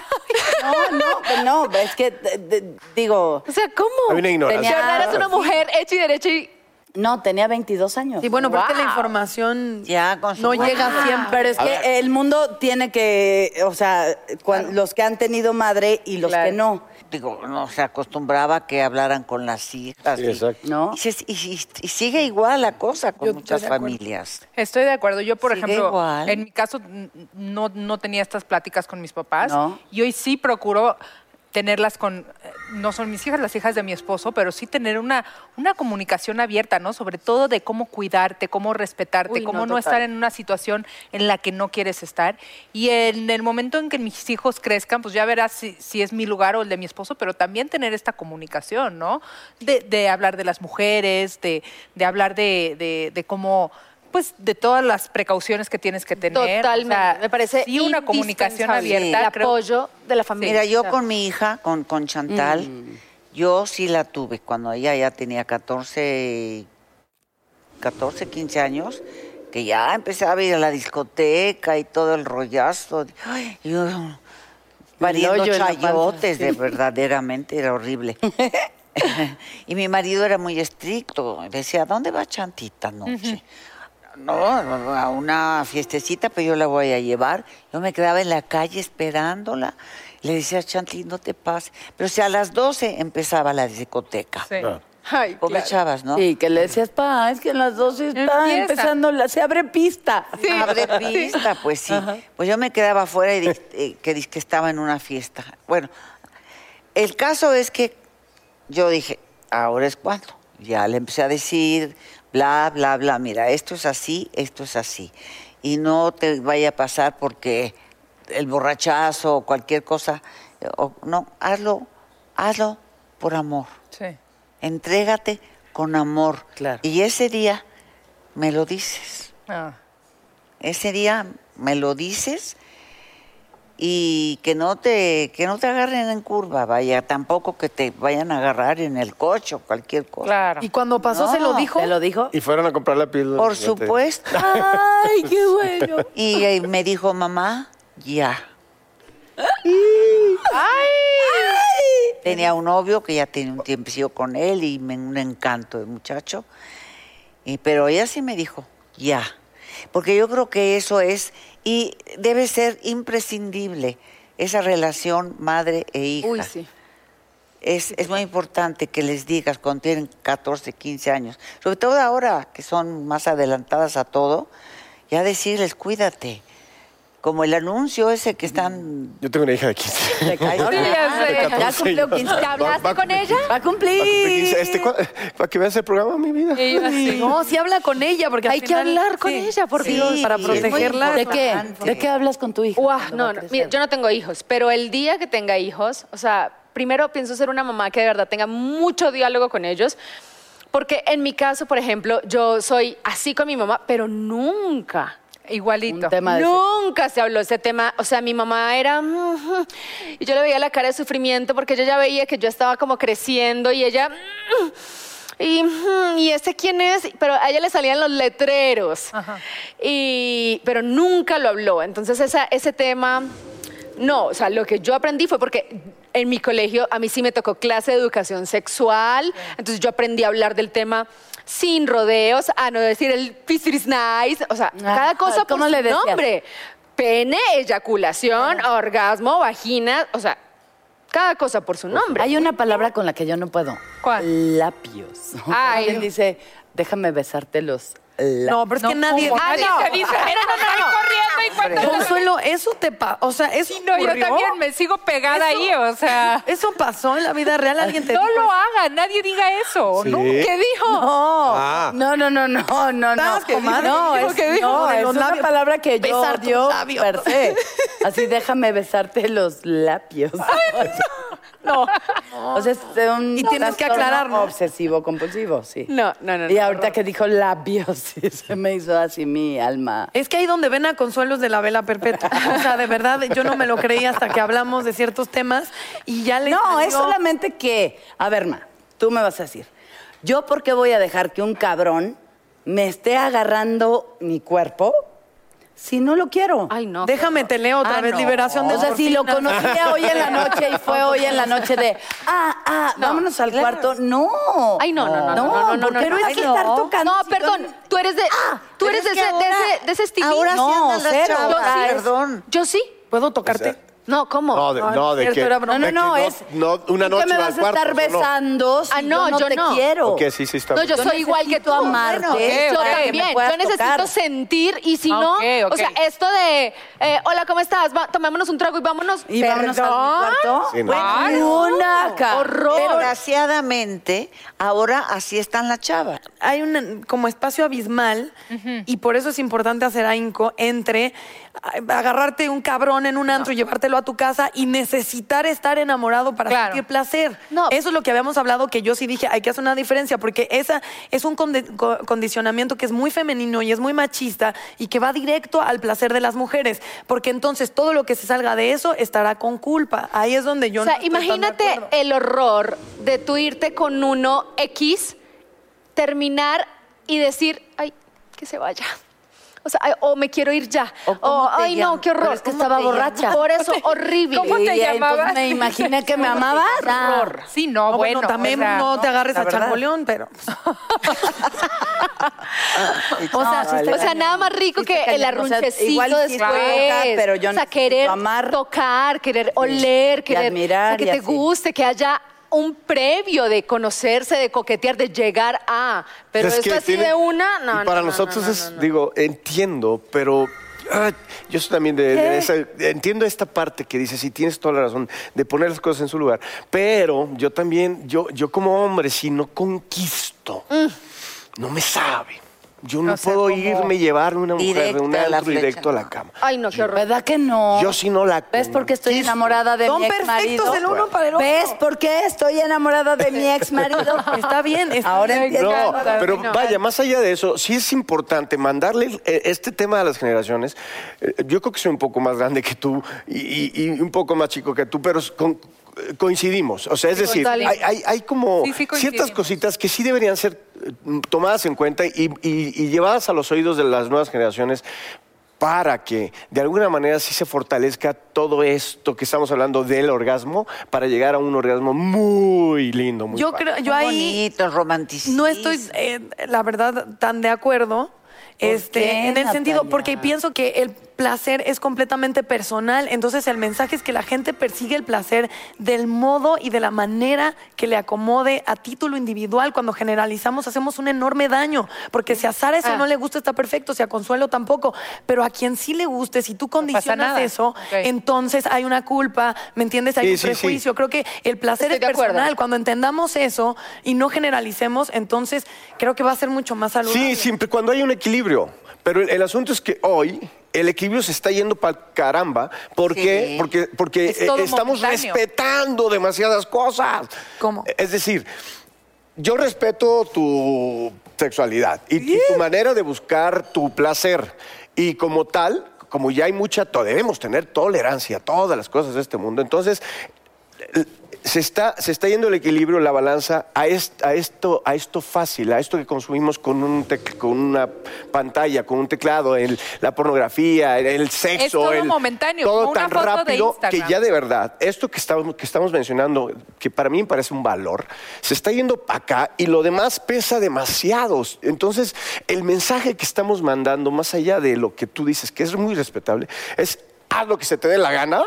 S3: no, que no, es que de- de- digo, Ah.
S7: O sea, ¿cómo?
S8: Hay una ignorancia.
S7: Pero eras una mujer hecha y derecha y...
S3: no, tenía 22 años.
S2: Y bueno, porque la
S7: Wow.
S2: información
S6: Ya, con su
S2: no
S6: guarda.
S2: llega siempre.
S3: Pero es
S8: A
S3: que
S8: ver.
S3: el mundo tiene que, o sea, cuan- los que han tenido madre y los
S7: Claro.
S3: que no,
S6: Digo, no se acostumbraba que hablaran con las hijas.
S8: Sí,
S6: y-
S8: exacto.
S3: ¿no?
S6: Y, se- y- y- y sigue igual la cosa con
S2: Yo- yo
S6: muchas
S2: de acuerdo.
S6: familias.
S4: Estoy de acuerdo. Yo, por
S6: Sigue
S4: ejemplo,
S6: igual.
S4: en mi caso n- no, no tenía estas pláticas con mis papás.
S3: No.
S4: Y hoy sí procuro tenerlas con, eh, no son mis hijas, las hijas de mi esposo, pero sí tener una, una comunicación abierta, ¿no? Sobre todo de cómo cuidarte, cómo respetarte,
S7: Uy, no,
S4: cómo no,
S7: total.
S4: estar en una situación en la que no quieres estar. Y en el momento en que mis hijos crezcan, pues ya verás si, si es mi lugar o el de mi esposo, pero también tener esta comunicación, ¿no? De, de hablar de las mujeres, de, de hablar de, de- de cómo pues de todas las precauciones que tienes que tener. O sea,
S7: Totalmente. Me parece
S4: sí una comunicación
S7: indispensable
S4: abierta,
S7: El
S4: creo-
S7: apoyo de la familia.
S6: Mira, yo con mi hija, con, con Chantal, yo sí la tuve cuando ella ya tenía 14, 14, 15 años, que ya empezaba a ir a la discoteca y todo el rollazo. Ay, yo pariendo
S3: hoyo en la panza,
S6: chayotes,
S3: sí.
S6: de verdaderamente era horrible. y mi marido era muy estricto. Me decía, ¿a dónde va Chantita noche? No, a una fiestecita, pero yo la voy a llevar. Yo me quedaba en la calle esperándola. Le decía, Chanti, no te pases. Pero o sea, a las 12 empezaba la discoteca.
S4: Sí.
S8: Ah.
S7: Ay,
S6: Pobre
S7: claro.
S6: chavas, ¿no?
S3: Sí, que le decías, pa, es que en las 12 está
S4: Empieza.
S3: empezando, la, se abre pista.
S6: Abre Ah, pista, pues sí. Pues yo me quedaba afuera y dis- eh, que dis- que estaba en una fiesta. Bueno, el caso es que yo dije, ahora es cuando. Ya le empecé a decir, bla, bla, bla, mira, esto es así, esto es así. Y no te vaya a pasar porque el borrachazo o cualquier cosa, eh, o- no, hazlo, hazlo por amor.
S4: Sí.
S6: Entrégate con amor.
S3: Claro.
S6: Y ese día me lo dices
S4: Ah.
S6: ese día me lo dices y que no te que no te agarren en curva, vaya, tampoco que te vayan a agarrar en el coche o cualquier cosa.
S4: Claro.
S2: Y cuando pasó, ¿se lo
S6: No,
S2: dijo?
S3: ¿Te lo dijo?
S8: Y fueron a comprar la píldora.
S6: Por
S8: ya te-
S6: supuesto.
S3: Ay, qué bueno.
S6: Y, eh, me dijo, "Mamá, ya." Tenía un novio que ya tenía un tiempecillo con él y me- un encanto de muchacho. Y- pero ella sí me dijo, ya. Porque yo creo que eso es, y debe ser imprescindible, esa relación madre e hija.
S7: Uy, sí.
S6: Es, es muy importante que les digas cuando tienen 14, 15 años, sobre todo ahora que son más adelantadas a todo, ya decirles, cuídate. Como el anuncio ese que están...
S8: Yo tengo una hija de 15.
S3: Te caí.
S7: ya sé.
S3: Ya cumplió 15.
S7: ¿Te hablaste con ella?
S3: Va a cumplir.
S8: Este, ¿cuál- ¿Para que veas el programa, mi vida?
S2: No, sí habla con ella, porque al
S7: Hay que
S2: final-
S7: hablar con ella, por
S2: sí,
S7: Dios.
S2: Para
S6: Sí, es muy
S2: protegerla.
S3: ¿De qué?
S6: importante.
S3: ¿De qué hablas con tu hija?
S7: Uah,
S3: cuando va
S7: Ah, no, no. Mira,
S3: creciendo?
S7: yo no tengo hijos, pero el día que tenga hijos, o sea, primero pienso ser una mamá que de verdad tenga mucho diálogo con ellos. Porque en mi caso, por ejemplo, yo soy así con mi mamá, pero nunca
S4: Igualito.
S3: Un tema de
S7: Nunca se habló ese tema. O sea, mi mamá era. "Mm", Y yo le veía la cara de sufrimiento porque ella ya veía que yo estaba como creciendo y ella. "Mm", Y, "Mm, ¿y este quién es? Pero a ella le salían los letreros. Y, pero nunca lo habló. Entonces, esa- ese tema. No, o sea, lo que yo aprendí fue porque en mi colegio a mí sí me tocó clase de educación sexual, entonces yo aprendí a hablar del tema sin rodeos, a no decir el this is nice, o sea, cada cosa por
S3: Ah, ¿cómo
S7: su
S3: le decías?
S7: nombre. Pene, eyaculación, orgasmo, vagina, o sea, cada cosa por su nombre.
S3: Hay una palabra con la que yo no puedo.
S4: ¿Cuál?
S3: Labios.
S7: Ay.
S3: Alguien dice, déjame besarte los labios.
S2: No, pero es que nadie.
S4: ¿cómo?
S2: nadie
S4: Nadie
S2: te
S4: te dice,
S2: dice.
S4: "Mira, no, corriendo", y cuando-
S2: Consuelo, eso te pasa. O sea, eso.
S4: No, yo
S2: ocurrió?
S4: también me sigo pegada
S2: Eso-
S4: ahí, o sea.
S2: Eso pasó en la vida real. Alguien te
S4: No
S2: dijo
S4: lo
S2: eso?
S4: hagan, nadie diga eso.
S8: Sí.
S4: ¿no?
S7: ¿Qué dijo?
S3: No,
S5: Ah.
S3: no, no, no, no, no, no.
S2: Estabas que dices,
S3: no,
S2: dijo
S3: es,
S2: que dijo,
S3: no,
S2: de
S3: es
S2: los
S3: una
S2: labios.
S3: palabra que yo
S2: Besar tus
S3: odio
S2: labios.
S3: per se. Así, déjame besarte los labios.
S7: No,
S3: O sea, es un
S2: Y tienes que
S3: trastorno
S2: aclarar, ¿no?
S3: Obsesivo, compulsivo, sí.
S7: no, no, no.
S3: Y
S7: no.
S3: ahorita que dijo labios, sí, se me hizo así mi alma.
S2: Es que ahí donde ven a Consuelos de la vela perpetua. O sea, de verdad, yo no me lo creí hasta que hablamos de ciertos temas y ya le.
S3: No, es
S2: salió-
S3: solamente que, a ver, ma, tú me vas a decir, ¿yo por qué voy a dejar que un cabrón me esté agarrando mi cuerpo si no lo quiero?
S7: Ay, no.
S2: Déjame te leo otra
S7: Ah,
S2: vez
S7: no.
S2: Liberación de
S3: O sea, si lo
S2: endorfinas.
S3: conocía hoy en la noche y fue hoy en la noche de, ah, ah, vámonos al cuarto. No.
S7: Ay, no, no, no, no, no, no, no,
S3: ¿por qué
S7: no,
S3: lo
S7: ay,
S3: vas a estar
S7: no.
S3: tocando?
S7: No,
S3: si Ah,
S7: perdón, tú eres de, tú eres de ese, de ese, de ese estilito.
S6: Ahora sí
S3: No,
S6: andan las
S3: cero.
S6: chavas,
S3: Yo sí.
S6: perdón.
S7: Yo sí.
S2: ¿Puedo tocarte?
S8: O sea,
S7: No, ¿cómo?
S8: No, de, no, de
S2: cierto,
S8: que,
S2: era broma.
S3: No, no,
S8: de
S3: no,
S8: que
S3: es.
S8: no, una
S3: ¿tú
S8: noche
S3: qué me
S8: va
S3: vas
S8: al cuarto,
S3: a estar
S8: o sea, no.
S3: besando si
S7: Ah, no,
S3: yo no
S7: yo
S3: te
S7: no.
S3: quiero?
S8: Ok, sí, sí, está
S7: No,
S8: bien.
S7: yo soy igual que
S3: necesito
S7: tú.
S3: amarte,
S7: yo
S3: para que me
S7: también.
S3: puedas
S7: Yo necesito
S3: tocar.
S7: sentir y si no,
S4: Ok, ok.
S7: o sea, esto de, eh, hola, ¿cómo estás? Va, tomémonos un trago y vámonos.
S3: ¿Y vámonos al cuarto?
S8: Sí, no.
S3: Bueno, una ca-
S6: Desgraciadamente, ahora así están las chavas.
S2: hay un como espacio abismal y por eso es importante hacer ahínco entre a- agarrarte un cabrón en un antro y llevártelo a tu casa y necesitar estar enamorado para
S4: Claro.
S2: sentir placer.
S7: No.
S2: Eso es lo que habíamos hablado que yo sí dije, hay que hacer una diferencia porque esa es un conde- co- condicionamiento que es muy femenino y es muy machista y que va directo al placer de las mujeres, porque entonces todo lo que se salga de eso estará con culpa. Ahí es donde yo
S7: o sea,
S2: no estoy tan de
S7: imagínate
S2: acuerdo.
S7: el horror de tú irte con uno X, terminar y decir, ay, que se vaya. O sea, ay, o me quiero ir ya.
S3: O
S7: O,
S3: cómo te
S7: ay,
S3: llamas.
S7: no, qué horror.
S3: Pero es que
S7: ¿Cómo
S3: estaba
S7: te llamas?
S3: borracha.
S7: Por eso, horrible.
S4: ¿Cómo te
S3: Y entonces
S4: llamabas?
S3: Me imaginé que me amabas.
S4: Horror. Sí, no,
S2: No,
S4: bueno.
S2: bueno,
S4: o
S2: también
S4: sea,
S2: no te agarres
S3: la
S2: a
S3: verdad.
S2: Changoleón, pero...
S7: O sea,
S3: sí está
S7: o sea,
S3: cañón.
S7: nada más rico
S3: Sí está
S7: que el
S3: cañón. O sea,
S7: arrunchecito
S3: igual sí
S7: después.
S3: está loca, pero yo
S7: o sea,
S3: necesito
S7: querer
S3: amar.
S7: tocar, querer oler, querer
S3: admirar
S7: o sea, que
S3: y
S7: te
S3: así.
S7: guste, que haya un previo de conocerse, de coquetear, de llegar a. Pero
S8: Es
S7: esto
S8: que
S7: así
S8: tiene-
S7: de una, no.
S8: Y para
S7: no, no,
S8: nosotros
S7: no, no,
S8: es,
S7: no, no.
S8: digo, entiendo, pero ah, yo soy también de, de esa- entiendo esta parte que dices, y tienes toda la razón, de poner las cosas en su lugar, pero yo también, yo, yo como hombre, si no conquisto, no me sabe. Yo no
S4: O sea,
S8: puedo
S4: como
S8: irme y llevarme una mujer de
S6: directo
S8: un
S6: a la
S8: antro directo
S6: flecha,
S8: a la
S6: no.
S8: cama.
S7: Ay, no, qué horror.
S3: ¿Verdad que no?
S8: Yo sí no la
S3: ¿Ves por qué estoy
S8: conquisto?
S3: enamorada de
S2: Son
S3: mi ex marido?
S2: perfectos el uno para el otro.
S3: ¿Ves por qué estoy enamorada de mi ex marido?
S2: Está bien, está
S3: Ahora
S2: bien.
S3: entiendo.
S8: No,
S4: encanta,
S8: pero
S4: no.
S8: vaya, más allá de eso, sí es importante mandarle eh, este tema a las generaciones. Eh, Yo creo que soy un poco más grande que tú y, y- y un poco más chico que tú, pero es con- eh, coincidimos. O sea, es decir, hay,
S4: coincidimos.
S8: hay- hay como
S4: Sí, sí,
S8: ciertas
S4: coincidimos.
S8: cositas que sí deberían ser eh, tomadas en cuenta y, y- y llevadas a los oídos de las nuevas generaciones para que de alguna manera sí se fortalezca todo esto que estamos hablando del orgasmo para llegar a un orgasmo muy lindo, muy
S2: Yo
S8: padre.
S2: creo, yo
S6: Qué
S2: ahí
S6: Bonito, romanticismo.
S2: no estoy, eh, la verdad, tan de acuerdo. Este,
S3: qué,
S2: en el sentido,
S3: Natalia?
S2: porque pienso que el placer es completamente personal, entonces el mensaje es que la gente persigue el placer del modo y de la manera que le acomode a título individual. Cuando generalizamos hacemos un enorme daño, porque si a Sara eso
S4: Ah.
S2: no le gusta está perfecto, si a Consuelo tampoco, pero a quien sí le guste, si tú condicionas
S4: nada.
S2: eso,
S4: Ok.
S2: entonces hay una culpa, ¿me entiendes? Hay
S8: Sí,
S2: un
S8: sí, sí.
S2: prejuicio. Creo que el placer
S7: Estoy de
S2: es
S7: acuerdo.
S2: personal. Cuando entendamos eso y no generalicemos, entonces creo que va a ser mucho más saludable.
S8: Sí, siempre cuando hay un equilibrio. Pero el, el asunto es que hoy el equilibrio se está yendo para caramba. ¿Por qué?
S6: Sí.
S8: Porque, porque
S4: Es
S8: eh,
S4: todo
S8: estamos
S4: momentáneo.
S8: respetando demasiadas cosas.
S2: ¿Cómo?
S8: Es decir, yo respeto tu sexualidad y, y tu manera de buscar tu placer. Y como tal, como ya hay mucha, to- debemos tener tolerancia a todas las cosas de este mundo. Entonces, se está, se está yendo el equilibrio, la balanza a, est- a esto, a esto fácil, a esto que consumimos con, un tec- con una pantalla, con un teclado, el- la pornografía, el, el sexo.
S4: todo
S8: el-
S4: momentáneo,
S8: Todo
S4: como una
S8: tan
S4: foto de
S8: rápido que
S4: Instagram.
S8: ya de verdad, esto que estamos, que estamos mencionando, que para mí me parece un valor, se está yendo para acá y lo demás pesa demasiado. Entonces, el mensaje que estamos mandando, más allá de lo que tú dices, que es muy respetable, es haz lo que se te dé la gana.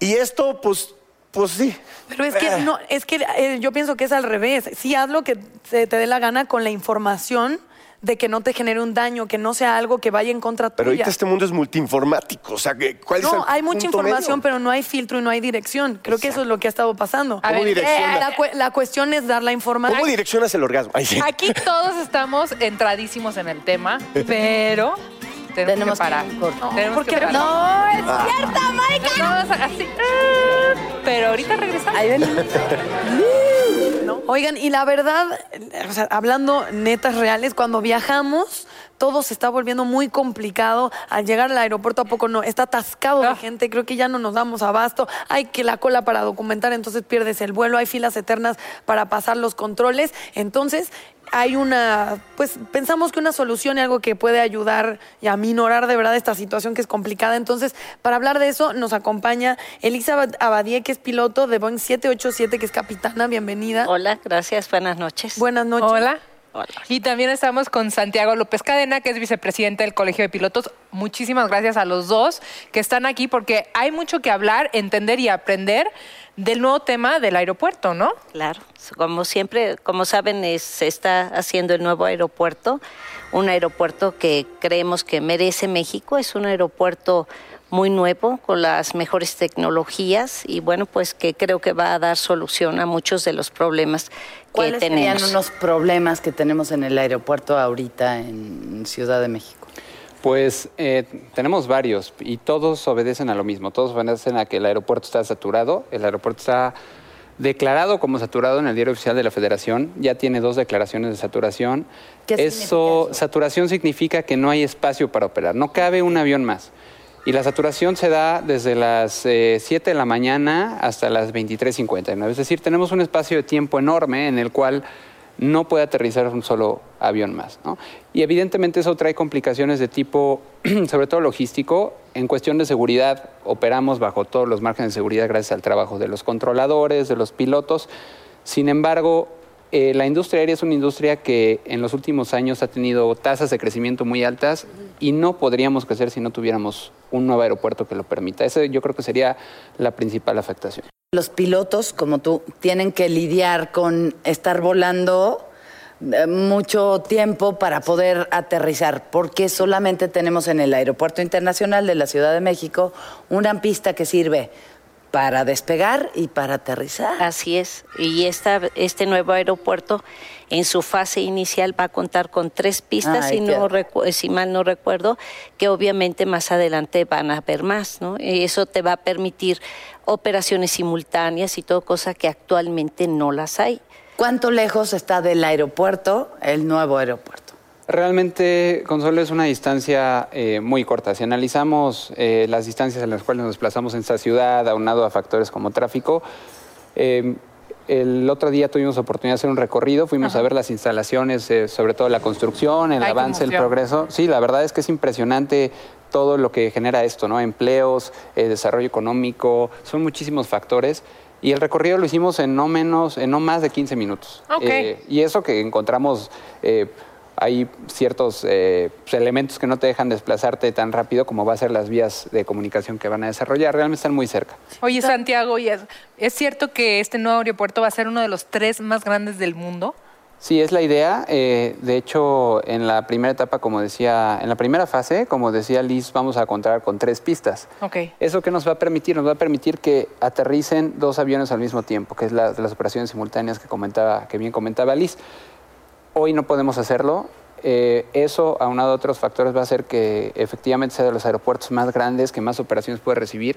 S8: Y esto, pues, pues sí.
S2: Pero es que no, es que eh, yo pienso que es al revés. Sí, haz lo que se te dé la gana con la información de que no te genere un daño, que no sea algo que vaya en contra
S8: Pero
S2: tuya.
S8: ahorita este mundo es multiinformático. O sea, que- ¿cuál es el
S2: no, hay mucha
S8: punto
S2: información,
S8: medio?
S2: pero no hay filtro y no hay dirección. Creo que eso es lo que ha estado pasando.
S8: A ¿Cómo ver, eh, direcciona?
S2: Eh, la, cu- la cuestión es dar la información.
S8: ¿Cómo direccionas el orgasmo? Ay, sí.
S4: Aquí todos estamos entradísimos en el tema, pero
S3: Tenemos
S4: tenemos, que parar.
S3: que ir a un corte.
S4: No, tenemos
S2: porque
S4: que parar.
S2: no, es
S4: cierto, así. ah, Pero ahorita regresamos.
S3: Ahí ven.
S2: ¿no? Oigan, y la verdad, o sea, hablando netas reales, cuando viajamos, todo se está volviendo muy complicado. Al llegar al aeropuerto, ¿a poco no? Está atascado de
S4: Ah.
S2: gente, creo que ya no nos damos abasto. Hay que la cola para documentar, entonces pierdes el vuelo. Hay filas eternas para pasar los controles. Entonces, hay una, pues pensamos que una solución y algo que puede ayudar y aminorar de verdad esta situación que es complicada. Entonces, para hablar de eso, nos acompaña Elisa Abad- Abadie, que es piloto de Boeing 787, que es capitana. Bienvenida.
S9: Hola, gracias, buenas noches.
S2: Buenas noches.
S4: Hola.
S9: Hola.
S4: Y también estamos con Santiago López Cadena, que es vicepresidente del Colegio de Pilotos. Muchísimas gracias a los dos que están aquí porque hay mucho que hablar, entender y aprender del nuevo tema del aeropuerto, ¿no?
S9: Claro, como siempre, como saben, es- se está haciendo el nuevo aeropuerto, un aeropuerto que creemos que merece México, es un aeropuerto muy nuevo, con las mejores tecnologías y bueno, pues que creo que va a dar solución a muchos de los problemas que
S3: ¿Cuáles serían
S9: tenemos.
S3: unos problemas que tenemos en el aeropuerto ahorita en Ciudad de México?
S10: Pues eh, tenemos varios y todos obedecen a lo mismo. Todos obedecen a que el aeropuerto está saturado. El aeropuerto está declarado como saturado en el diario oficial de la Federación. Ya tiene dos declaraciones de saturación.
S3: ¿Qué
S10: eso,
S3: significa eso?
S10: saturación significa que no hay espacio para operar. No cabe un avión más. Y la saturación se da desde las eh, 7 de la mañana hasta las 23.59. Es decir, tenemos un espacio de tiempo enorme en el cual no puede aterrizar un solo avión más. ¿no? Y evidentemente eso trae complicaciones de tipo, sobre todo logístico. En cuestión de seguridad, operamos bajo todos los márgenes de seguridad gracias al trabajo de los controladores, de los pilotos. Sin embargo, eh, la industria aérea es una industria que en los últimos años ha tenido tasas de crecimiento muy altas y no podríamos crecer si no tuviéramos un nuevo aeropuerto que lo permita. Esa yo creo que sería la principal afectación.
S3: Los pilotos, como tú, tienen que lidiar con estar volando eh, mucho tiempo para poder aterrizar, porque solamente tenemos en el Aeropuerto Internacional de la Ciudad de México una pista que sirve para despegar y para aterrizar.
S9: Así es. Y esta, este nuevo aeropuerto en su fase inicial va a contar con tres pistas,
S3: Ay,
S9: si, no
S3: qué-
S9: recu- si mal no recuerdo, que obviamente más adelante van a haber más, ¿no? Y eso te va a permitir operaciones simultáneas y todo, cosa que actualmente no las hay.
S3: ¿Cuánto lejos está del aeropuerto el nuevo aeropuerto?
S10: Realmente, Consuelo, es una distancia eh, muy corta. Si analizamos eh, las distancias en las cuales nos desplazamos en esta ciudad, aunado a factores como tráfico, eh, el otro día tuvimos oportunidad de hacer un recorrido, fuimos a ver las instalaciones, eh, sobre todo la construcción, el
S4: Ay, qué
S10: avance, el
S4: emoción.
S10: progreso. Sí, la verdad es que es impresionante todo lo que genera esto, ¿no? Empleos, eh, desarrollo económico, son muchísimos factores. Y el recorrido lo hicimos en no menos, en no más de 15 minutos.
S4: Ok.
S10: Eh, y eso que encontramos, eh, hay ciertos eh, pues, elementos que no te dejan desplazarte tan rápido como va a ser las vías de comunicación que van a desarrollar. Realmente están muy cerca.
S4: Oye, Santiago, ¿y es, ¿es cierto que este nuevo aeropuerto va a ser uno de los tres más grandes del mundo?
S10: Sí, es la idea. Eh, de hecho, en la primera etapa, como decía, en la primera fase, como decía Liz, vamos a contar con tres pistas.
S4: Ok.
S10: ¿Eso qué nos va a permitir? Nos va a permitir que aterricen dos aviones al mismo tiempo, que es la de las operaciones simultáneas que, comentaba, que bien comentaba Liz. Hoy no podemos hacerlo. Eh, eso, aunado a otros factores, va a hacer que efectivamente sea de los aeropuertos más grandes, que más operaciones puede recibir.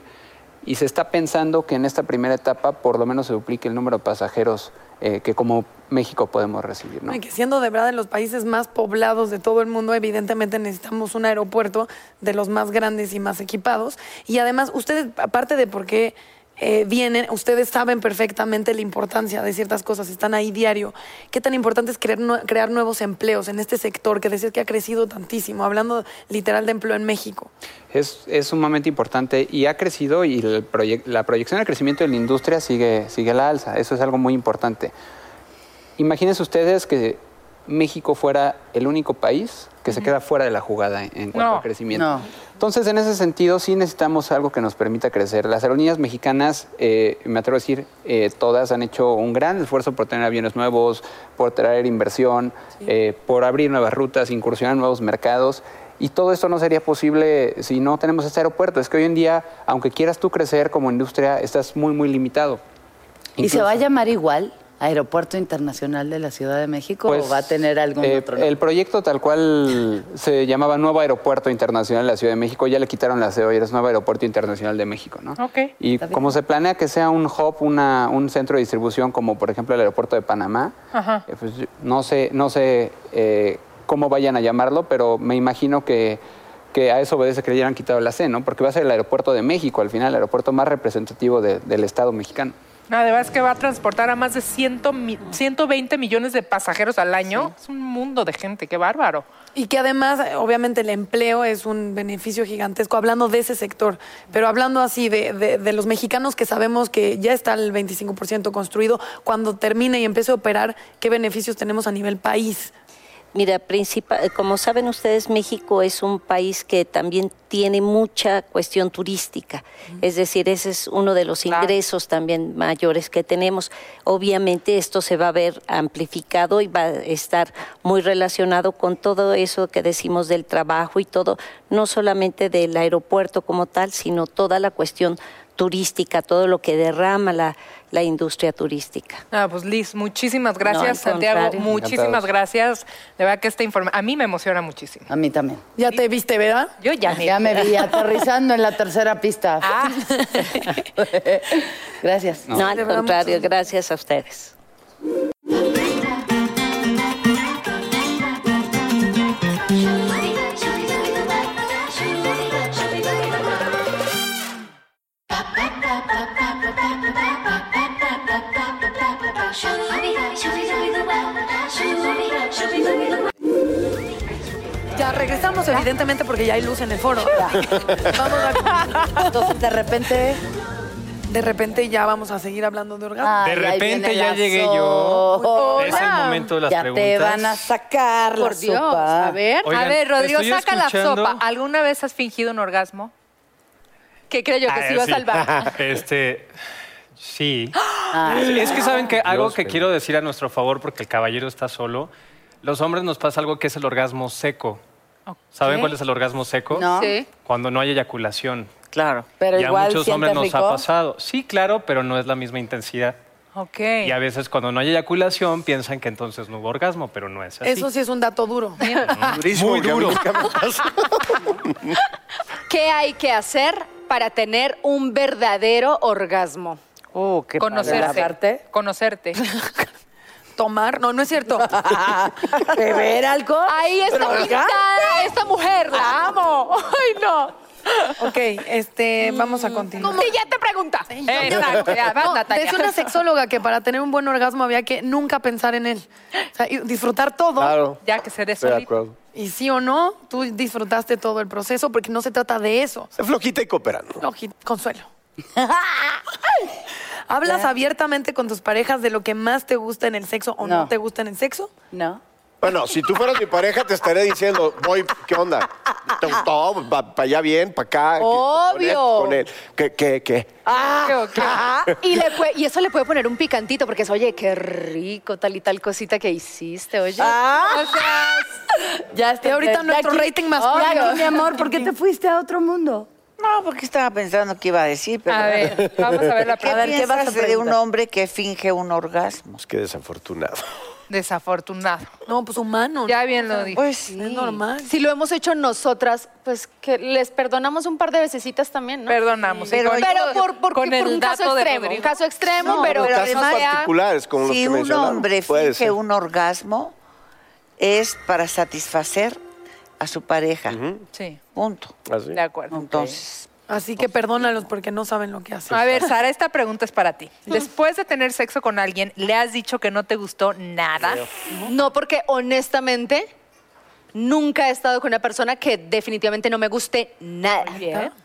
S10: Y se está pensando que en esta primera etapa por lo menos se duplique el número de pasajeros eh, que como México podemos recibir. ¿no?
S2: Y que siendo de verdad de los países más poblados de todo el mundo, evidentemente necesitamos un aeropuerto de los más grandes y más equipados. Y además, ustedes, aparte de por qué eh, vienen, ustedes saben perfectamente la importancia de ciertas cosas, están ahí diario. ¿Qué tan importante es crear, nue- crear nuevos empleos en este sector que decías que ha crecido tantísimo, hablando literal de empleo en México?
S10: Es, es sumamente importante y ha crecido y el proye- la proyección de crecimiento de la industria sigue, sigue a la alza. Eso es algo muy importante. Imagínense ustedes que México fuera el único país que se queda fuera de la jugada en- en cuanto
S11: No.
S10: a crecimiento. Entonces, en ese sentido, sí necesitamos algo que nos permita crecer. Las aerolíneas mexicanas, eh, me atrevo a decir, eh, todas han hecho un gran esfuerzo por tener aviones nuevos, por traer inversión, eh, por abrir nuevas rutas, incursionar en nuevos mercados. Y todo esto no sería posible si no tenemos este aeropuerto. Es que hoy en día, aunque quieras tú crecer como industria, estás muy, muy limitado.
S3: ¿Y se
S10: Incluso-
S3: va a llamar igual Aeropuerto Internacional de la Ciudad de México o
S10: Pues,
S3: va a tener algún
S10: eh,
S3: otro nombre?
S10: El proyecto tal cual se llamaba Nuevo Aeropuerto Internacional de la Ciudad de México, ya le quitaron la CEO y es Nuevo Aeropuerto Internacional de México,
S3: Ah,
S10: ¿no?
S4: Ok.
S10: Y como se planea que sea un hub, una- un centro de distribución como por ejemplo el aeropuerto de Panamá,
S4: Ajá.
S10: eh, pues, yo- no sé, no sé eh, cómo vayan a llamarlo, pero me imagino que, que a eso obedece que le hayan quitado la C, ¿no? Porque va a ser el aeropuerto de México, al final el aeropuerto más representativo de- del Estado mexicano.
S4: No, además que va a transportar a más de 100 mi- 120 millones de pasajeros al año. Es un mundo de gente, qué bárbaro.
S2: Y que además, eh, obviamente, el empleo es un beneficio gigantesco, hablando de ese sector, pero hablando así de, de- de los mexicanos que sabemos que ya está el 25% construido, cuando termine y empiece a operar, ¿qué beneficios tenemos a nivel país?
S9: Mira, principal, eh, como saben ustedes, México es un país que también tiene mucha cuestión turística. Es decir, ese es uno de los ingresos también mayores que tenemos. Obviamente esto se va a ver amplificado y va a estar muy relacionado con todo eso que decimos del trabajo y todo, no solamente del aeropuerto como tal, sino toda la cuestión turística, todo lo que derrama la, la industria turística.
S4: Ah, pues Liz, muchísimas
S9: No,
S4: gracias,
S9: al
S4: Santiago.
S9: contrario.
S4: Muchísimas
S9: Encantados.
S4: gracias. De verdad que esta información a mí me emociona muchísimo.
S3: A mí también.
S2: ¿Ya te viste, verdad?
S4: Yo ya me
S3: Ya me vi aterrizando en la tercera pista.
S6: Ah.
S3: Gracias.
S9: No, al contrario, gracias a ustedes.
S2: Ya regresamos, evidentemente, porque ya hay luz en el foro. Vamos a... Entonces, de repente... De repente ya vamos a seguir hablando de orgasmo.
S3: Ah.
S5: De repente ya llegué yo. Es el momento de las
S3: ya
S5: preguntas.
S3: te van a sacar la
S4: Por Dios,
S3: sopa.
S4: a ver.
S5: Oigan,
S4: a ver, Rodrigo,
S5: estoy
S4: saca
S5: escuchando-
S4: la sopa. ¿Alguna vez has fingido un orgasmo? ¿Qué creo yo? Que
S5: Ah,
S4: sí va a
S5: sí.
S4: salvar. Ah,
S5: Este. Sí. Es- es que saben que algo que quiero decir a nuestro favor, porque el caballero está solo, los hombres nos pasa algo que es el orgasmo seco. ¿Saben cuál es el orgasmo seco?
S3: No. Sí.
S5: Cuando no hay eyaculación.
S6: Claro.
S3: Pero
S5: y a
S3: igual
S5: muchos
S3: sientes
S5: hombres nos
S3: rico.
S5: ha pasado. Sí, claro, pero no es la misma intensidad.
S4: Ok.
S5: Y a veces cuando no hay eyaculación piensan que entonces no hubo orgasmo, pero no es así.
S2: Eso sí es un dato duro.
S5: Muy duro.
S7: ¿Qué hay que hacer para tener un verdadero orgasmo?
S6: Oh, qué
S4: Conocerse. Conocerte.
S2: Tomar, no, no es cierto.
S3: Beber alcohol.
S7: Ahí está
S3: Pero,
S7: pintada
S4: Ah,
S7: esta mujer, la amo. Ay, no.
S2: Ok, este, vamos a continuar.
S7: Como ya te pregunta.
S4: Mm, Exacto, ya, Pues, vas,
S2: No,
S4: Natalia.
S2: decía una sexóloga que para tener un buen orgasmo había que nunca pensar en él. O sea, y disfrutar todo.
S8: Claro.
S4: Ya que se dé
S8: Estoy de
S4: solito.
S8: acuerdo.
S2: Y sí o no, tú disfrutaste todo el proceso porque no se trata de eso.
S8: Flojita y cooperando.
S2: No, Gil, consuelo. ¿Hablas abiertamente con tus parejas de lo que más te gusta en el sexo o no,
S3: No.
S2: te gusta en el sexo?
S3: No.
S8: Bueno, si tú fueras mi pareja, te estaré diciendo, voy, ¿qué onda? ¿Te gustó? ¿Para allá bien? ¿Para acá? ¿Qué-
S7: Obvio.
S8: Con él. ¿Qué, qué, qué?
S7: Ah, y, le pue- y eso le puede poner un picantito porque es, oye, qué rico tal y tal cosita que hiciste, oye.
S3: Ah.
S7: O sea,
S3: Ya está.
S2: Y ahorita nuestro rating masculino.
S3: Jackie, mi amor, ¿por qué te fuiste a otro mundo?
S6: No, porque estaba pensando qué iba a decir, pero...
S4: A ver, vamos a ver la
S6: ¿Qué
S3: A ver, ¿qué
S6: piensas
S3: vas a
S6: de un
S3: preguntar?
S6: hombre que finge un orgasmo?
S8: Pues qué desafortunado.
S4: Desafortunado.
S2: No, pues humano.
S4: Ya bien lo dije.
S6: Pues
S2: Es normal.
S7: si lo hemos hecho nosotras, pues que les perdonamos un par de vecesitas también, ¿no?
S4: Perdonamos.
S6: Pero
S4: Y con-
S7: Pero por, por-
S4: con
S7: por
S4: el
S7: un caso
S4: dato de
S7: extremo, un
S4: Rodrigo.
S7: caso extremo, pero,
S6: pero
S7: que
S8: Casos
S6: además-
S7: sea-
S8: particulares como los
S6: si
S8: que
S6: un
S8: mencionaron.
S6: hombre
S8: Puede
S6: finge
S8: ser.
S6: un orgasmo, es para satisfacer a su pareja.
S4: Sí,
S6: Punto.
S8: Así.
S4: de acuerdo.
S6: Entonces,
S2: Así que perdónalos porque no saben lo que hacen.
S4: Pues, A ver, Sara, esta pregunta es para ti. Después de tener sexo con alguien, ¿le has dicho que no te gustó nada?
S7: No, porque honestamente nunca he estado con una persona que definitivamente no me guste nada.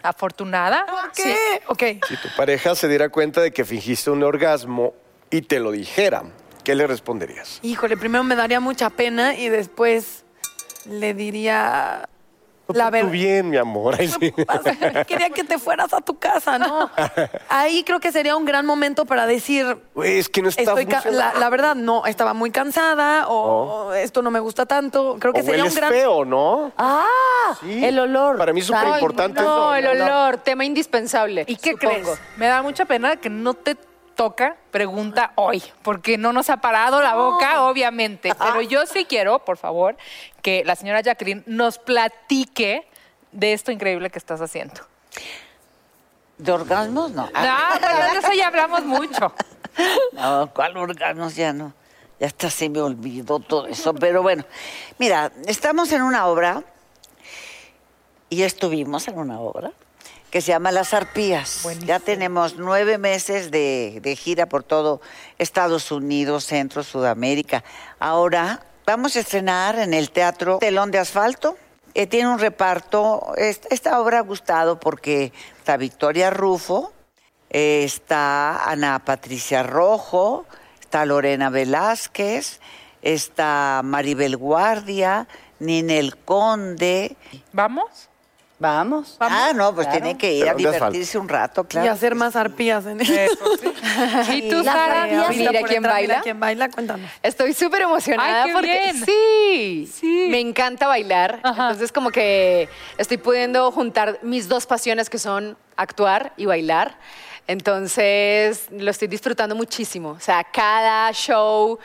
S4: Afortunada.
S2: ¿Qué? Ok.
S8: Si tu pareja se diera cuenta de que fingiste un orgasmo y te lo dijera, ¿qué le responderías?
S2: Híjole, primero me daría mucha pena y después le diría
S8: No,
S2: la
S8: por tu
S2: verdad.
S8: bien, mi amor. Ay, sí.
S2: Quería que te fueras a tu casa, ¿no? Ahí creo que sería un gran momento para decir,
S8: Güey, es que no está
S2: estoy ca- la,
S8: funcionando.
S2: la verdad, no, estaba muy cansada o esto no me gusta tanto. Creo que
S8: O
S2: sería un
S8: hueles
S2: gran...
S8: feo, ¿no?
S3: Ah,
S8: Sí.
S3: el olor.
S8: Para mí es súper importante.
S7: No, el olor, tema indispensable.
S4: ¿Y qué
S7: supongo.
S4: crees? Me da mucha pena que no te toca pregunta hoy, porque no nos ha parado la boca, obviamente. Pero yo sí quiero, por favor, que la señora Jacqueline nos platique de esto increíble que estás haciendo.
S6: ¿De orgasmos? No.
S4: Ah, pero de eso ya hablamos mucho.
S6: No, ¿cuál órganos? Ya no. Ya hasta se me olvidó todo eso. Pero bueno, mira, estamos en una obra, y estuvimos en una obra, que se llama Las Arpías. Ya tenemos nueve meses de, de gira por todo Estados Unidos, Centro, Sudamérica. Ahora vamos a estrenar en el Teatro Telón de Asfalto. que tiene un reparto, es- esta obra ha gustado porque está Victoria Rufo, eh, está Ana Patricia Rojo, está Lorena Velázquez, está Maribel Guardia, Ninel Conde.
S4: ¿Vamos?
S3: Vamos.
S6: Ah, no, pues tiene que ir a
S8: Pero ¿dónde asfalto?
S6: divertirse un rato,
S2: Y
S6: claro.
S2: hacer más arpías en
S5: Eh,
S4: ¿Y tú, Sara?
S2: Ahorita
S7: Mira
S2: por
S7: quién
S2: entrar,
S7: baila.
S2: Mira quién baila, cuéntanos.
S7: Estoy súper emocionada
S4: Ay, qué
S7: porque
S4: bien.
S7: Sí,
S4: Sí.
S7: me encanta bailar. Entonces como que estoy pudiendo juntar mis dos pasiones que son actuar y bailar. Entonces lo estoy disfrutando muchísimo. O sea, cada show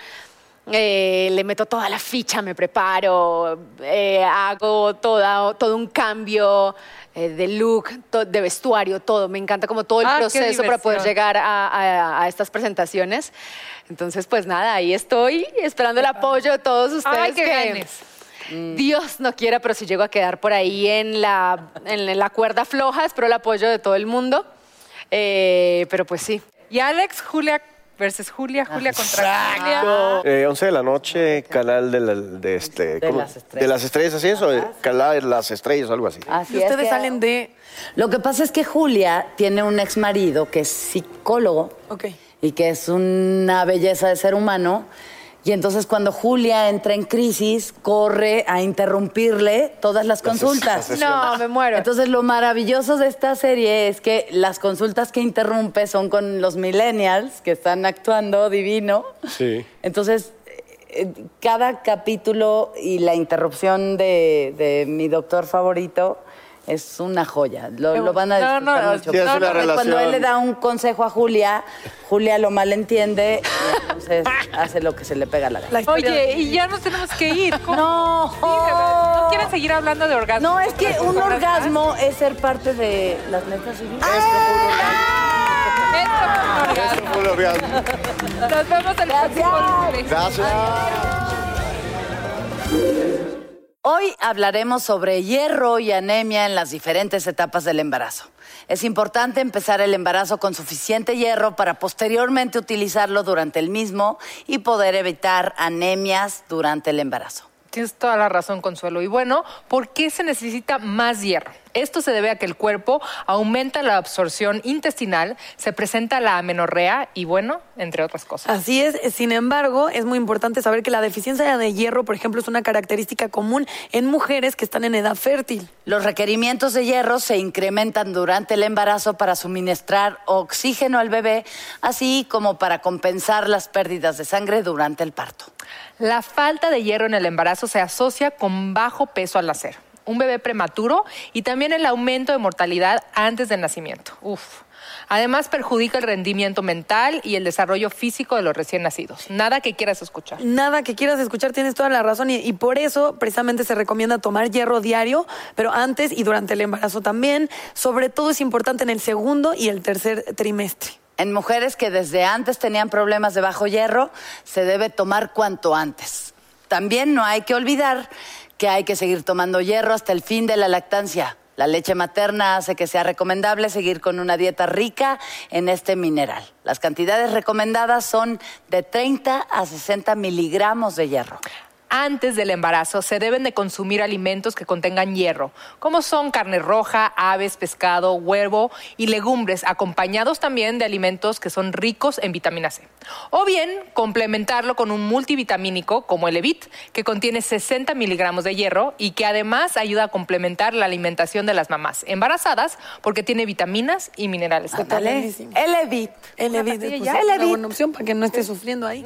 S7: eh, le meto toda la ficha, me preparo, eh, hago toda, todo un cambio eh, de look, to- de vestuario, todo. Me encanta como todo el
S4: Ah, qué
S7: proceso para poder
S4: diversión.
S7: llegar llegar a, a- a estas presentaciones. Entonces, pues nada, ahí estoy esperando el apoyo de todos ustedes.
S4: Ay, que
S7: que
S4: ganes.
S7: Dios no quiera, pero si llego a quedar por ahí en la, en la cuerda floja, espero el apoyo de todo el mundo. Eh, pero pues sí.
S4: Y Alex, Julia versus Julia, Julia contra Julia.
S8: Eh, 11 de la noche, canal de, la- de este,
S3: De
S8: ¿cómo?
S3: las estrellas. Ah,
S8: De las estrellas, así es, o de canal de las estrellas, algo así.
S3: Así
S2: Y
S3: es
S2: ustedes
S3: que-
S2: salen de...
S3: Lo que pasa es que Julia tiene un ex marido que es psicólogo
S2: Ok.
S3: y que es una belleza de ser humano. Y entonces cuando Julia entra en crisis, corre a interrumpirle todas las
S8: Las ses-
S3: consultas.
S8: las
S7: No, me muero.
S3: Entonces lo maravilloso de esta serie es que las consultas que interrumpe son con los millennials que están actuando divino.
S8: Sí.
S3: Entonces, eh, eh, cada capítulo y la interrupción de, de mi doctor favorito es una joya. Lo, lo van a
S4: No,
S3: disfrutar
S4: no,
S3: mucho.
S8: Sí, es una
S3: Porque Cuando él
S8: relación.
S3: le da un consejo a Julia, Julia lo malentiende y entonces hace lo que se le pega a la gana.
S2: La historia
S4: Oye, y ya nos tenemos que ir. ¿Cómo?
S3: No.
S4: Sí, de verdad. ¿No quieren seguir hablando de orgasmo?
S3: No, es que un orgasmo es ser parte de las metas civiles.
S4: Ah.
S8: Eso fue lo real.
S4: Nos vemos el próximo lunes.
S8: Gracias.
S3: Hoy hablaremos sobre hierro y anemia en las diferentes etapas del embarazo. Es importante empezar el embarazo con suficiente hierro para posteriormente utilizarlo durante el mismo y poder evitar anemias durante el embarazo.
S4: Tienes toda la razón, Consuelo. Y bueno, ¿por qué se necesita más hierro? Esto se debe a que el cuerpo aumenta la absorción intestinal, se presenta la amenorrea y bueno, entre otras cosas.
S2: Así es, sin embargo, es muy importante saber que la deficiencia de hierro, por ejemplo, es una característica común en mujeres que están en edad fértil.
S3: Los requerimientos de hierro se incrementan durante el embarazo para suministrar oxígeno al bebé, así como para compensar las pérdidas de sangre durante el parto.
S4: La falta de hierro en el embarazo se asocia con bajo peso al nacer, un bebé prematuro y también el aumento de mortalidad antes del nacimiento. Uf. Además, perjudica el rendimiento mental y el desarrollo físico de los recién nacidos. Nada que quieras escuchar.
S2: Nada que quieras escuchar, tienes toda la razón y, y por eso precisamente se recomienda tomar hierro diario, pero antes y durante el embarazo también. Sobre todo es importante en el segundo y el tercer trimestre.
S3: En mujeres que desde antes tenían problemas de bajo hierro, se debe tomar cuanto antes. También no hay que olvidar que hay que seguir tomando hierro hasta el fin de la lactancia. La leche materna hace que sea recomendable seguir con una dieta rica en este mineral. Las cantidades recomendadas son de 30 a 60 miligramos de hierro.
S4: Antes del embarazo se deben de consumir alimentos que contengan hierro, como son carne roja, aves, pescado, huevo y legumbres, acompañados también de alimentos que son ricos en vitamina C. O bien complementarlo con un multivitamínico como el Evit, que contiene 60 miligramos de hierro y que además ayuda a complementar la alimentación de las mamás embarazadas porque tiene vitaminas y minerales.
S2: Ah,
S3: ¿Qué tal, eh? El Evit.
S11: El
S2: E
S11: Evit,
S3: pastilla
S11: pues,
S3: ya, E
S11: es
S3: el
S11: una
S3: Evit.
S11: buena opción para que no esté sufriendo ahí.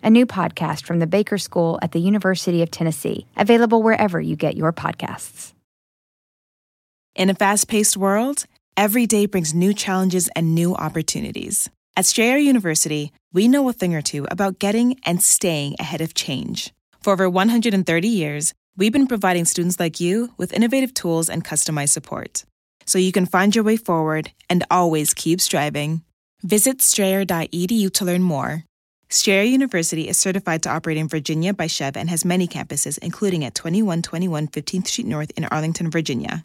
S12: a new podcast from the Baker School at the University of Tennessee, available wherever you get your podcasts.
S13: In a fast paced world, every day brings new challenges and new opportunities. At Strayer University, we know a thing or two about getting and staying ahead of change. For over 130 years, we've been providing students like you with innovative tools and customized support so you can find your way forward and always keep striving. Visit strayer.edu to learn more. Strayer University is certified to operate in Virginia by Chev and has many campuses, including at 2121 15th Street North in Arlington, Virginia.